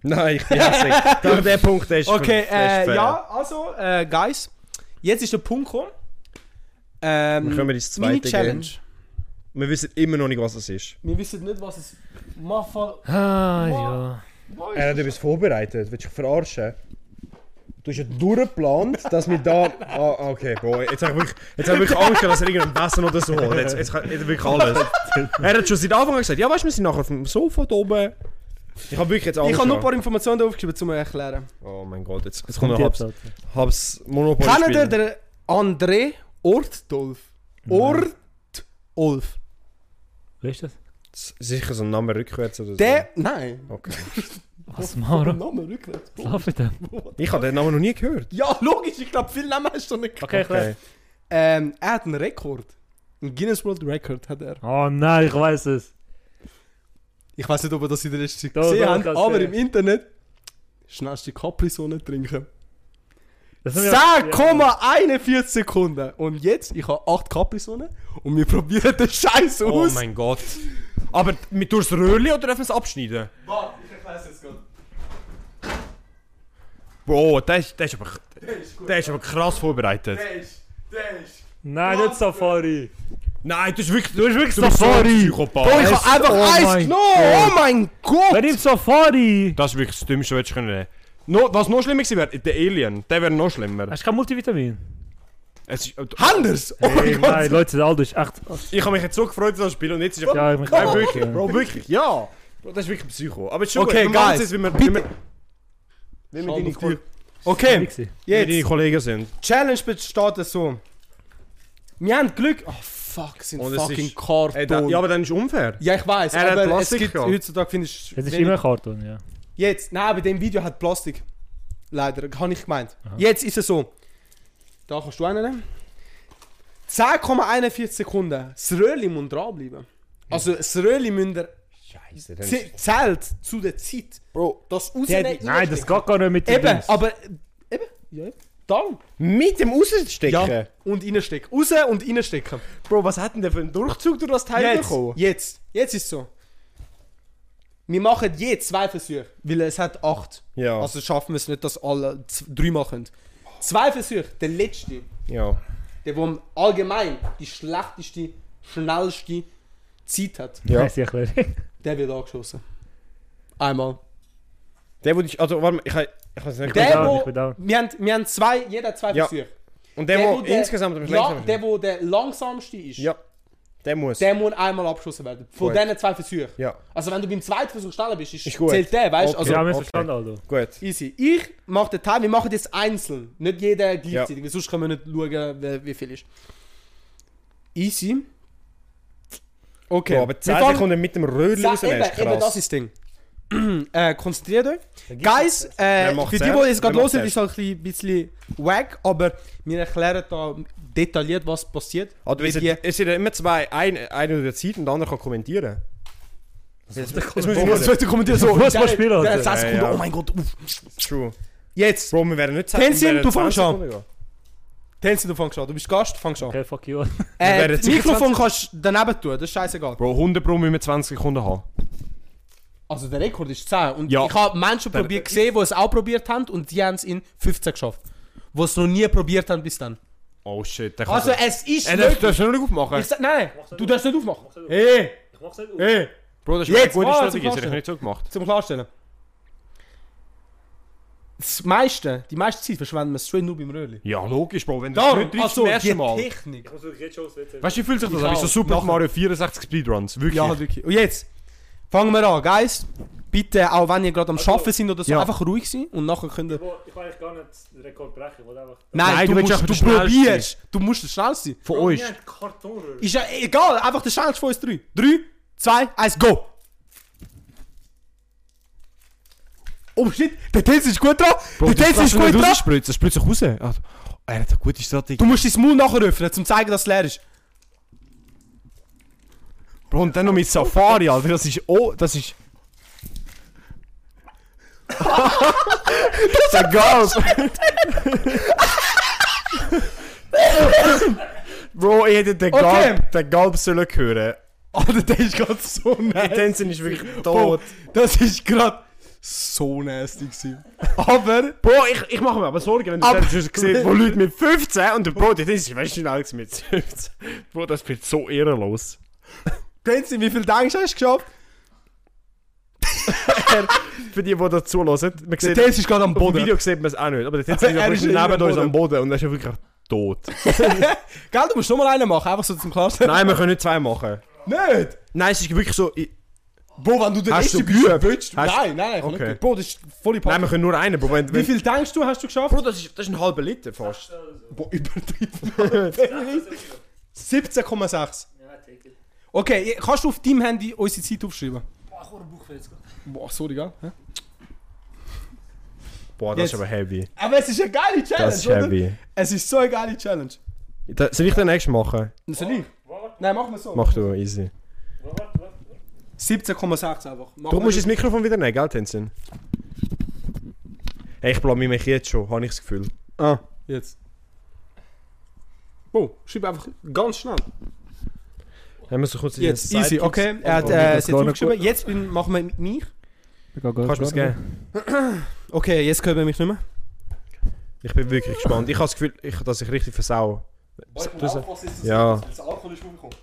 S4: Nein, ich bin hässlich. Der, der Punkt der ist.
S3: Okay,
S4: der ist
S3: äh,
S4: fair.
S3: ja, also, äh, Guys, jetzt ist der Punkt gekommen. Ähm,
S4: Dann können wir ins
S3: meine
S4: zweite
S3: Challenge.
S4: Game. Wir wissen immer noch nicht, was es ist.
S3: Wir wissen nicht, was es. Maffa.
S5: Ah,
S3: ja.
S4: Er hat etwas vorbereitet. Willst du dich verarschen? Du hast ja durchgeplant, dass wir da. Ah, okay, Bro. Jetzt habe ich wirklich, jetzt habe ich wirklich Angst, gehabt, dass er irgendein Messer oder so holt. Jetzt, jetzt, kann- jetzt wirklich alles. Er hat schon seit Anfang an gesagt, ja, weißt du, wir sind nachher auf dem Sofa da oben. Ich habe wirklich jetzt Angst.
S3: Ich habe noch ein
S4: gehabt.
S3: paar Informationen da aufgeschrieben, um euch erklären.
S4: Oh mein Gott, jetzt, jetzt kommt noch halbs, halbs Monopoly.
S3: Kennt ihr
S4: spielen.
S3: den André Ortdolf?
S5: Mhm.
S3: Ortolf.
S5: Wer ist das?
S4: S- Sicher so ein Name rückwärts oder so.
S3: Der. Nein.
S4: Okay.
S5: Was, Mauro?
S3: Name rückwärts. Bro.
S5: Schlaf mit dem.
S4: Ich habe den Namen noch nie gehört.
S3: Ja, logisch, ich glaube, viele Namen hast du nicht. gehabt.
S5: Okay, klar.
S3: Ähm, er hat einen Rekord. Einen Guinness World Record hat er.
S5: Oh nein, ich weiß es.
S3: Ich weiß nicht, ob ihr das in der letzten Zeit
S5: Doch,
S3: gesehen
S5: doch,
S3: habt,
S5: kann's
S3: aber im
S5: sehen.
S3: Internet schnellste Capri-Sonne trinken.
S5: Das haben wir-
S3: 10,41 Sekunden. Und jetzt, ich habe 8 Capri-Sonne und wir probieren den Scheiß
S4: Oh
S3: aus.
S4: mein Gott. Aber mit durchs Röhrli oder dürfen wir es abschneiden?
S3: Warte, ich weiß jetzt gerade.
S4: Bro, der ist, der ist aber, der ist aber krass vorbereitet.
S3: Der ist, der ist.
S5: Nein, nicht Safari.
S4: Nein, du bist wirklich, du bist wirklich
S5: Du bist so ein
S4: Psychopath.
S3: Oh, ich
S5: Eis-
S3: habe einfach
S5: oh
S3: Eis
S5: mein
S3: genommen. Oh mein
S5: Wer
S3: Gott.
S5: nimmt Safari?
S4: Das ist wirklich das Dümmste, was du können. nehmen. No, was noch schlimmer gewesen wäre, der Alien, der wäre noch schlimmer.
S5: Hast du kein Multivitamin?
S4: Es ist,
S3: Anders. Oh mein
S5: Ey,
S3: Gott.
S5: nein, Leute, der Aldo ist echt.
S4: ich habe mich jetzt so gefreut auf das Spiel und jetzt ist er...
S5: Ja, ich mich
S4: Nein,
S5: auch.
S4: wirklich,
S5: Ja.
S4: Bro, wirklich, ja. Bro, das ist wirklich Psycho. Aber ist schon
S3: Okay,
S4: gut, wir machen's
S3: guys,
S4: jetzt, wie wir, wie wir, wie wir
S3: Schau
S4: deine,
S3: auf dich.
S4: Ko-
S3: Okay,
S4: wie deine
S3: jetzt.
S4: Kollegen sind.
S3: Challenge besteht so. Wir haben Glück. Oh fuck, sind
S4: Und es
S3: fucking
S4: ist- Ey, da,
S3: Karton.
S4: ja, aber dann ist unfair.
S3: ja, ich weiß,
S4: Er hat
S3: aber es
S4: Plastik
S3: gibt
S4: gehabt.
S3: heutzutage finde ich
S5: Es ist
S3: wenig-
S5: immer Karton, ja.
S3: Jetzt, nein, bei dem Video hat Plastik. Leider, habe ich gemeint. Jetzt ist es so. Da kannst du einen nehmen. 10,41 Sekunden. Das Röhrchen muss dranbleiben. Also das Röhrchen müsst ihr
S4: Scheiße,
S3: zäh- zählt zu der Zeit. Bro, das rausnehmen.
S5: Nein, das geht gar nicht mit dem
S3: Eben,
S5: Dings.
S3: aber... Eben, ja. Dann.
S4: Mit dem Rausstecken?
S3: Ja. Und reinstecken. Raus und reinstecken.
S4: Bro, was hat denn der für einen Durchzug durch das Teil
S3: Jetzt,
S4: bekommen?
S3: jetzt. Jetzt ist es so. Wir machen je zwei Versuche, weil es hat acht.
S4: Ja.
S3: Also schaffen wir es nicht, dass alle z- drei machen. Zwei Versuche, der letzte,
S4: Ja.
S3: der wo im allgemein die schlechteste, schnellste Zeit hat,
S4: Ja.
S5: Nein, ist ja klar.
S3: der wird angeschossen. Einmal.
S4: Der, wo dich. Also, warte mal, ich kann ich kann es nicht.
S5: bin
S3: Der,
S5: down,
S3: wo,
S5: ich bin down.
S3: wir, haben, wir haben zwei, jeder zwei
S4: Ja.
S3: Versuche.
S4: Und der,
S3: wo
S4: wo insgesamt am
S3: ja,
S4: schlechtesten
S3: der, wo der langsamste ist,
S4: Ja. Der muss.
S3: der muss einmal abgeschossen werden. Von
S4: Gut.
S3: diesen zwei Versuchen.
S4: Ja.
S3: Also wenn du beim zweiten Versuch schneller bist, ist,
S4: Ist gut.
S3: zählt der, weißt du?
S4: Okay.
S3: Also,
S5: Wir haben es
S4: okay.
S5: verstanden, Aldo.
S4: Gut.
S3: Easy. Ich mache den Teil, wir machen das einzeln. Nicht jeder gleichzeitig,
S4: Ja.
S3: weil sonst können wir nicht schauen, wer- wie viel ist. Easy. Okay.
S4: Bro, aber 10
S3: wir fangen-
S4: Sekunden mit dem Rödel raus,
S3: Sa-
S4: der
S3: eben,
S4: ist
S3: eben, das
S4: krass.
S3: ist das Ding. äh, konzentriert euch. Guys, äh,
S4: Wer macht's
S3: für die, die
S4: zuerst?
S3: jetzt
S4: Wer
S3: gerade
S4: macht's
S3: hören, ist es ein bisschen- bisschen wack, aber wir erklären da detailliert, was passiert.
S4: Also,
S3: Wie
S4: es,
S3: die-
S4: sind, es sind ja immer zwei. Ein- Einer eine der Zeit und der andere kann kommentieren. Jetzt muss
S3: Was soll ich kommentieren? So,
S5: Fußball
S3: der-
S5: spielen,
S3: der
S5: Alter.
S3: hat 10 Sekunden,
S4: Ja, ja.
S3: oh mein Gott, uff.
S4: True.
S3: Jetzt!
S4: Bro, wir werden nicht
S3: Tenzin,
S4: wir werden
S3: du fängst
S4: 20
S3: an.
S4: Sekunden gehen.
S3: Tänze, du fängst an. Du bist Gast, fängst an.
S5: Okay, fuck you.
S3: Äh,
S4: werden
S3: das
S4: 27
S3: Mikrofon kannst du daneben tun, das ist scheißegal.
S4: Bro, 100 Pro müssen wir 20 Sekunden haben.
S3: Also der Rekord ist 10. Und
S4: Ja.
S3: ich habe Menschen probiert gesehen, die es auch probiert haben und die haben es in 15 geschafft. Die es noch nie probiert haben bis dann.
S4: Oh shit, der
S3: Also es ist
S4: Ey, darfst,
S3: möglich.
S4: darfst du nicht aufmachen?
S3: Ich sag, nein, nein, du darfst nicht aufmachen.
S5: nicht
S3: Hey,
S5: Ich mach's nicht
S3: hey,
S4: Bro, das ist
S3: Jetzt!
S4: eine gute
S3: Ah,
S4: Strategie,
S3: zum
S4: das hätte ich nicht so gemacht.
S3: zum Klarstellen. Das meiste, die meiste Zeit verschwenden wir straight nur beim Röhrli.
S4: Ja, logisch, Bro, wenn du es
S3: Darum,
S4: nicht triffst
S3: also
S4: zum
S3: die
S4: ersten Mal.
S3: Technik.
S5: muss wirklich jetzt Also, schon auswählen.
S4: Weißt du, wie fühlt sich das
S3: Ich
S4: an? Wie
S3: auch.
S4: so Super
S3: Nachher.
S4: Mario 64 Speedruns, wirklich.
S3: Ja, wirklich. Und jetzt, fangen wir an, Guys. Bitte, auch wenn ihr gerade am
S5: Also-
S3: Arbeiten sind oder so,
S4: Ja.
S3: einfach ruhig sein und nachher könnt ihr...
S5: Ich will eigentlich gar nicht den Rekord brechen, ich will einfach...
S3: Nein,
S4: Nein,
S3: du,
S4: du willst
S3: musst,
S4: einfach
S3: du
S4: der Schnellste
S3: probierst. Du musst der Schnellste sein.
S4: Von euch.
S5: Kartonröhre.
S3: Ist ja egal, einfach der Challenge von uns drei. Drei, zwei, eins, go! Oh shit, der Tanz ist gut dran!
S4: Bro,
S3: der Tanz ist gut dran!
S4: Spritzt, das spritzt sich raus. Also, er hat eine gute Strategie.
S3: Du musst dein Maul nachher öffnen, um zu zeigen, dass es leer ist.
S4: Bro, und dann noch mit Safari, Alter. Das ist. Oh, das ist. das ist ein Gas! Bro, ich hätte den
S3: Okay.
S4: Galb, den Galb sollen hören.
S3: Alter, der ist gerade so
S4: Der
S3: nasty.
S4: Tänzer ist wirklich
S3: Bro,
S4: tot.
S3: Oh, das ist gerade so nasty gewesen. Aber,
S4: Bro, ich, ich mache mir aber Sorgen, wenn du
S3: Aber-
S4: das schon siehst, wo Leute mit 15 und der Bro, der Tänzer ist weißt du, schnell gewesen mit 15. Bro, das wird so ehrenlos.
S3: Tanz, wie viel Dank hast du geschafft?
S4: Für die, die das zulassen, man
S3: Der
S4: sieht,
S3: Tanz ist gerade am
S4: Auf dem
S3: Boden.
S4: Video sieht man es auch nicht, aber der Tetsu ist
S3: Er
S4: einfach
S3: ist
S4: neben
S3: irgendwie
S4: uns
S3: am
S4: am Boden und er ist wirklich tot.
S3: Gell, du musst noch mal einen machen, einfach so zum Klarstellen.
S4: Nein, wir können nicht zwei machen.
S3: Nicht!
S4: Nein, es ist wirklich so... Ich,
S3: Bro, wenn du den
S4: Hast
S3: ersten
S4: du
S3: bist,
S4: geübt?
S3: willst du...
S4: Hast-
S3: Nein, nein, ich hab nicht
S4: Okay.
S3: geübt. Bro, das ist volle Pappe.
S4: nein, wir können nur einen, Bro. Wenn,
S3: Wie
S4: wenn,
S3: viel denkst du, hast du geschafft?
S4: das ist, das ist ein halber Liter fast.
S3: Boah, übertrieben. 17,6. Okay, kannst du auf deinem Handy unsere Zeit aufschreiben? Boah, sorry, gell? Hä?
S4: Boah, das
S3: Jetzt.
S4: ist aber heavy.
S3: Aber es ist eine geile Challenge,
S4: Das ist heavy.
S3: Es ist so eine geile Challenge.
S4: Da, soll ich den nächsten machen?
S3: Soll ich? Nein, machen wir so.
S4: Mach du, easy.
S3: 17,6 einfach. Mach
S4: Du musst
S3: es
S4: das Mikrofon wieder nehmen, gell, Tenzin? Hey, ich blamier mich jetzt schon, habe ich das Gefühl.
S3: Ah, jetzt. Boah, schreib einfach ganz schnell.
S4: Dann müssen wir kurz in den
S3: Jetzt, easy,
S4: Sidekicks-
S3: okay. Er hat
S4: Oh,
S3: äh, es
S4: das geht
S3: jetzt
S4: nicht
S3: aufgeschrieben. Jetzt bin, machen wir mit mich.
S4: gut. Kannst du mir das geben?
S3: Okay, jetzt können wir mich nicht mehr.
S4: Ich bin wirklich gespannt. Ich habe das Gefühl, ich, dass ich richtig versau. Dus, nou? eh,
S3: ist
S4: Ja.
S3: das Alkohol ist rumgekommen.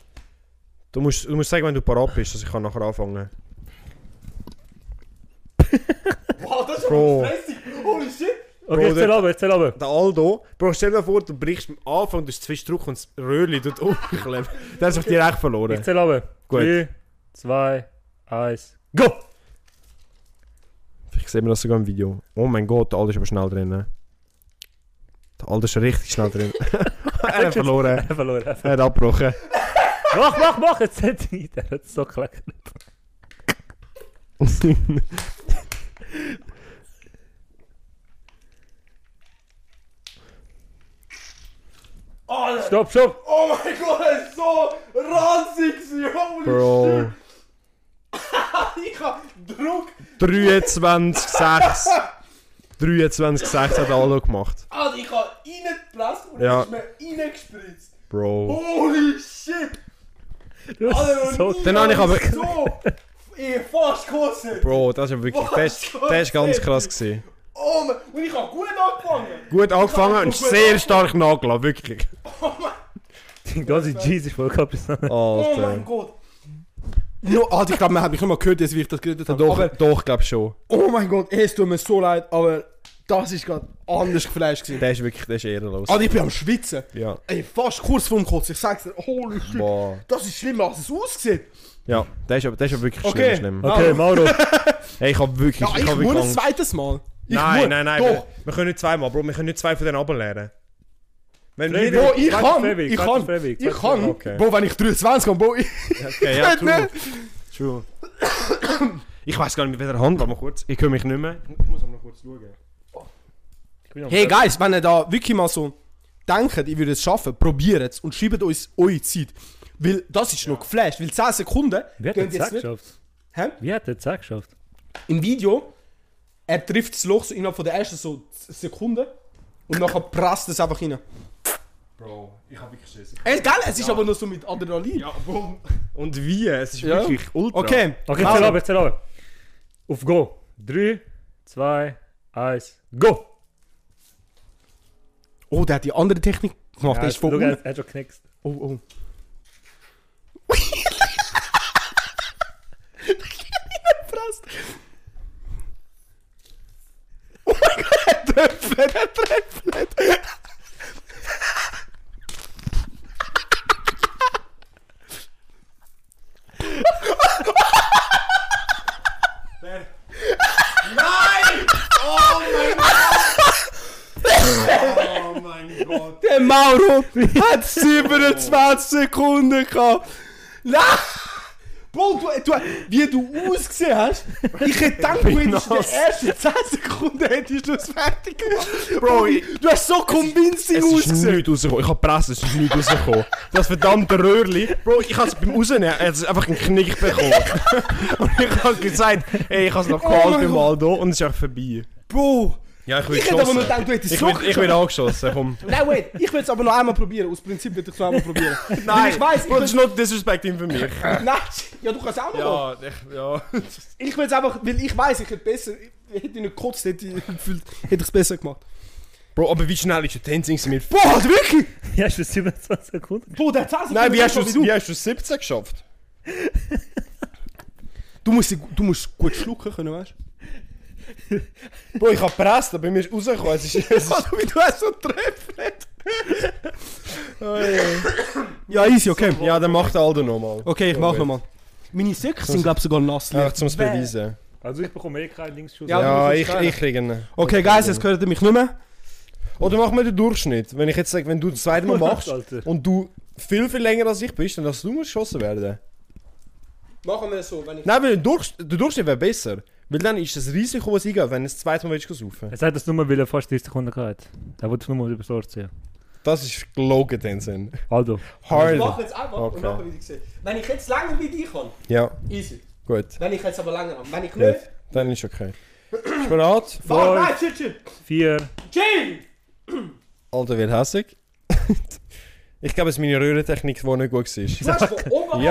S4: Du musst, du musst sagen, wenn du parat bist, dass ich kann nachher anfangen
S3: Wow, das ist
S4: Bro.
S3: Holy shit!
S5: Okay, jetzt zähl runter, jetzt zähl runter.
S4: Der Aldo, Bro, stell dir vor, du brichst am Anfang durch Zwischendruck und das Röhrli tut umkleben. Dann hast du dir echt
S5: Ich
S4: verloren.
S5: zähl runter.
S4: Gut.
S5: 3, 2, 1.
S4: Go! Vielleicht sehen wir das sogar im Video. Oh mein Gott, der Aldo ist aber schnell drin. Der Aldo ist richtig schnell drin. er hat verloren.
S5: Er verloren.
S4: Er hat abgebrochen.
S5: Mach, mach, mach! Jetzt zählt er Der hat so gekleckert. Stopp, stopp!
S3: Oh mein Gott, das ist so ranzig! gewesen. Holy
S4: Bro.
S3: shit, ich hab Druck!
S4: 23,6. 23,6 hat der Aldo gemacht.
S3: Alter, ich hab reingeplasst und
S4: Ja.
S3: es ist mir reingespritzt.
S4: Bro.
S3: Holy shit!
S5: Du hast
S3: Alter,
S5: so-
S3: noch nie
S4: Dann hab ich
S3: hab
S4: aber-
S3: so... Ich fast gekostet!
S4: Bro, das ist aber wirklich. Der ist, der ist ganz krass gewesen.
S3: Oh mein... Und ich hab gut angefangen!
S4: Gut angefangen und sehr stark nachgelassen, wirklich.
S5: Die ganze Jeans ist voll kaputt.
S3: Oh mein
S4: Alter.
S3: Gott! No, Alter, ich glaube, man hat mich nicht mal gehört, jetzt, wie ich das geredet habe.
S4: Doch,
S3: Aber,
S4: doch, glaub schon.
S3: oh mein Gott, es tut mir so leid, aber das ist gerade anders geflasht gewesen.
S4: Der ist wirklich, der ist ehrenlos.
S3: Alter, ich bin am Schwitzen.
S4: Ja.
S3: Ey, fast kurz vorm Kotz, ich sag's dir. Holy shit.
S4: Boah.
S3: Das ist schlimmer, als es aussieht.
S4: Ja, der ist aber, der ist aber wirklich
S3: Okay.
S4: schlimm, schlimm.
S5: Okay, Mauro.
S4: Hey, ich hab wirklich,
S3: Ja, ich,
S4: ich hab
S3: muss
S4: wirklich
S3: ein
S4: Angst.
S3: zweites Mal. Ich muss-
S4: Nein, nein, nein. Wir,
S3: Doch.
S4: wir können nicht zweimal, Bro. Wir können nicht zwei von denen runterlernen. Wenn
S5: Drei
S4: jeder...
S3: Bro, ich
S5: Zweites
S3: kann.
S5: Freiwillig,
S3: Ich
S5: zweites
S3: kann.
S5: Freiwillig,
S3: Ich
S5: zweites
S3: kann.
S5: Freiwillig.
S4: Okay.
S3: Bro, wenn ich 23 kann, Bro, ich...
S4: Okay, ja, true.
S3: ne?
S4: true. Ich weiß gar nicht, mit welcher Hand. Warte mal kurz. Ich höre mich nicht mehr. Ich muss aber noch kurz schauen.
S3: Hey, Guys, wenn ihr da wirklich mal so denkt, ich würde es schaffen, probiert es und schreibt uns eure Zeit. Weil das ist noch geflasht, weil 10 Sekunden...
S5: Wer hat
S3: gehen
S5: den
S3: jetzt
S5: Sack
S3: nicht-
S5: geschafft?
S3: Hä?
S5: Wie hat er die 10 geschafft?
S3: Im Video, er trifft das Loch so innerhalb von der ersten so Sekunde und nachher prasst es einfach rein.
S2: Bro, ich hab wirklich Schiss.
S3: Ey, geil, es ist aber nur so mit Adrenalin.
S2: Ja, boom.
S4: Und wie? Es ist
S3: Ja.
S4: wirklich ultra.
S3: Okay, Also,
S5: Okay, zähl ab, zähl ab. Auf Go. 3, 2, 1, Go!
S3: Oh, der hat die andere Technik gemacht, der ist voll
S5: schau,
S3: unten.
S5: er er hat schon geknickst.
S3: Oh, oh. Verprasst. Oh mein Gott, er tröpfelt, er tröpfelt.
S2: Oh mein Gott.
S3: Der Mauro hat 27 Sekunden gehabt. Nein! Bro, du, du, wie du ausgesehen hast, ich hätte gedacht, du hättest in den ersten 10 Sekunden hättest du es fertig gemacht. Bro, du hast so convincing
S4: Es ist
S3: ausgesehen.
S4: nichts rausgekommen. Ich hab gepresst, es ist nichts rausgekommen. Das verdammte Röhrli. Bro, ich hab's beim Rausnehmen, er hat einfach einen Knick bekommen. und ich hab gesagt, ey, ich hab's noch
S3: mein
S4: gehalten im
S3: Gott.
S4: Aldo und es ist einfach vorbei.
S3: Bro!
S4: Ja, ich will
S3: Ich hätte aber nur gedacht, du hättest
S4: Ich
S3: so
S4: bin, ich bin angeschossen, komm.
S3: Nein, wait, ich will es aber noch einmal probieren. Aus Prinzip will ich es noch einmal probieren. Weil ich weiß, ich
S4: Bro, das ist
S3: will,
S4: not disrespecting für mich.
S3: nein, ja, du kannst auch noch.
S4: Ja, ich, ja.
S3: Ich will es einfach, weil ich weiß, ich hätte besser, ich hätte ich nicht gekotzt, hätte ich gefühlt, hätte ich es besser gemacht.
S4: Bro, aber wie schnell ist der Tenzing mit...
S3: Boah, wirklich?
S5: Ja, hast du 27 Sekunden?
S3: Boah, der 10
S4: Nein, wie hast, du,
S3: du?
S4: wie hast du 17 geschafft?
S3: Du musst, sie- du musst gut schlucken können, weißt du?
S4: Bro, ich hab gepresst, aber mir ist rausgekommen. Es ist, es ist
S3: wie du hast so treffend. ja, easy, okay.
S4: ja, dann macht Aldo nochmal.
S3: Okay, ich mach nochmal. Meine Söcke sind, glaube ich, sogar nass.
S4: Ja, zum Beweisen.
S5: Also ich bekomme eh keinen Linksschuss.
S3: Ja.
S4: Ja,
S3: aber du
S4: ich,
S3: musst
S4: ich kriege einen.
S3: Okay, Guys, jetzt hört ihr mich nicht mehr.
S4: Oder machen wir den Durchschnitt. Wenn ich jetzt sage, wenn du das zweite Mal machst
S5: Alter.
S4: und du viel, viel länger als ich bist, dann darfst du nur geschossen werden.
S3: Machen wir es so, wenn ich...
S4: Nein, weil der, Durchs der Durchschnitt wäre besser. Weil dann ist das Risiko, was eingeht, wenn du das zweite Mal willst, saufen
S5: Er sagt das nur, weil er fast 30 Sekunden gehabt hat. Er wollte nur mal über das Also, Ohr ziehen.
S4: Das ist gelogen, den Sinn.
S5: Aldo.
S3: Ich
S4: Hard.
S3: mach jetzt einfach
S4: Okay.
S3: und nachher wieder sehen. Wenn ich jetzt länger wie dich kann,
S4: Ja,
S3: easy.
S4: gut.
S3: Wenn ich jetzt aber länger habe. Wenn ich
S4: Gut.
S3: nicht...
S4: Dann ist okay. Bist du bereit?
S3: Warte,
S5: Voll.
S3: nein, chill, chill.
S5: 4,
S3: Chill!
S4: Alter, wird hässig. ich glaube, es ist meine Röhrentechnik, die nicht gut
S3: Du
S4: war.
S3: hast von oben...
S5: er hat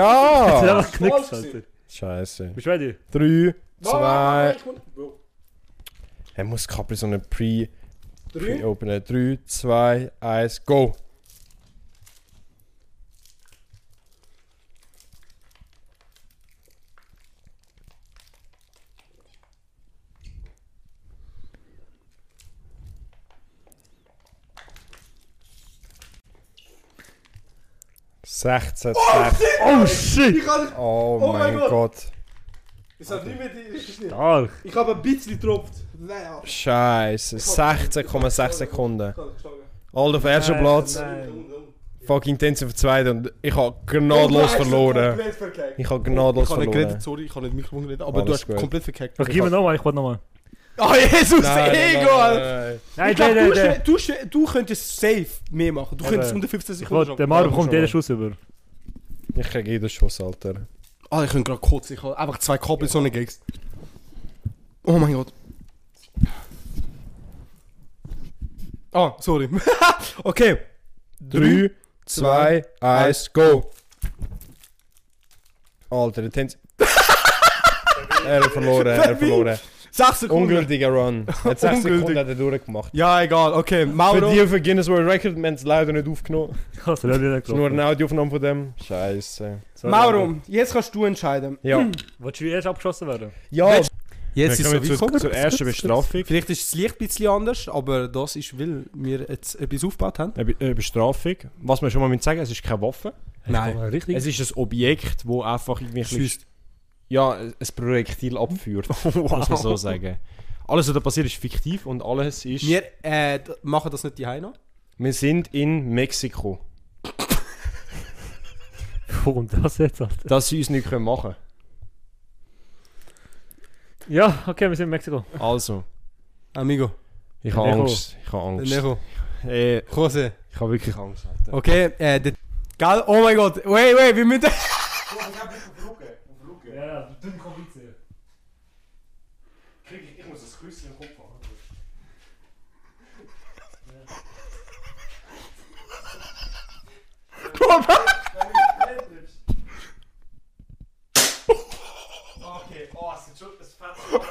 S4: Ja!
S5: einfach geknickt, Alter.
S4: Scheiße.
S5: Bist du ready?
S4: 3,
S3: Warte, warte,
S4: 2.
S3: warte, ich muss- Bro.
S4: Er muss Capri so eine Pre.
S3: Drei.
S4: Openen. 3, 2, 1, go! Sechzehn, sechs.
S5: Oh shit!
S3: Ich kann...
S4: Oh,
S3: Oh mein Gott.
S4: mein Gott.
S3: Es hat nicht mehr die...
S5: Stark!
S3: Ich habe ein bisschen getropft. Nein, ja.
S4: Scheiße, 16,6 Sekunden. All auf ersten
S5: Nein,
S4: Platz,
S5: nein.
S4: fucking intensiv auf zweiten und ich habe gnadenlos verloren.
S3: Ich
S4: Ich habe gnadenlos
S3: ich habe nicht
S4: verloren.
S3: geredet, sorry, ich habe nicht Mikrofon geredet, aber
S4: Alles
S3: du hast
S4: gut.
S3: komplett verkackt.
S5: Okay, gib mir nochmal, ich wollte nochmal.
S3: Oh, Jesus,
S4: Nein, nein,
S3: Ego!
S4: nein,
S3: Alter.
S4: nein.
S5: Nein,
S3: Ich glaub,
S5: der,
S3: du,
S5: der,
S3: schnell-
S5: der.
S3: du, schnell- du könntest safe mehr machen. Du könntest
S5: Eben.
S3: unter 15
S5: Ich
S3: Sekunden
S5: wollte, der
S3: schaffen.
S5: Mario
S4: Ja,
S5: bekommt
S4: schon
S5: jeden
S4: mal.
S5: Schuss über.
S4: Ich kriege jeden Schuss, Alter.
S3: Ah, ich könnte gerade kotzen. Ich habe einfach zwei Kabel so gegeben. Oh mein Gott. Ah, sorry. okay.
S4: 3, 2, 1, go! Alter, der Tänz... er hat verloren, er hat verloren.
S3: 6 Sekunden.
S4: Ungültiger Run. Er hat 6
S3: Ungültig.
S4: Sekunden hat er durchgemacht.
S3: Ja, egal. Okay,
S4: Für
S3: Mauro.
S4: die für Guinness World Record, wir haben es leider nicht aufgenommen.
S5: Ich habe es leider nicht
S4: Es ist nur
S5: geklappt.
S4: eine Audioaufnahme von dem. Scheiße.
S5: Sorry, Aldo.
S3: Mauro, jetzt kannst du entscheiden.
S4: Ja.
S5: Willst du erst abgeschossen werden?
S4: Ja,
S3: Jetzt
S4: Wir kommen zur, zur ersten Bestrafung.
S3: Vielleicht ist das Licht ein bisschen anders, aber das ist, weil wir jetzt etwas aufgebaut haben.
S4: Eine Be- eine Bestrafung. Was man schon mal mit sagen, es ist keine Waffe.
S3: Nein.
S5: Richtig.
S4: Es ist ein Objekt, wo einfach irgendwie ein bisschen-
S3: Schießt.
S4: ja, ein Projektil abführt, muss man so sagen. Alles, was da passiert, ist fiktiv und alles ist.
S3: Wir äh, d- machen das nicht die noch.
S4: Wir sind in Mexiko.
S5: Warum das jetzt, Alter?
S4: Dass sie uns nichts können machen
S5: Ja, okay, wir sind in Mexiko.
S4: können. Also,
S3: Amigo.
S4: ich habe
S5: Necho.
S4: Angst. Ich habe
S3: Oh,
S4: Angst.
S3: Necho.
S4: Äh,
S3: Jose.
S4: ich habe wirklich Angst. Alter.
S3: Okay, äh, der. Gell? Oh mein Gott. Wait, wait, wir müssen.
S5: Ja, du dünn kompliziert.
S4: Ich muss das Küsschen im Kopf haben.
S2: Okay, oh, es ist schon ein fettes.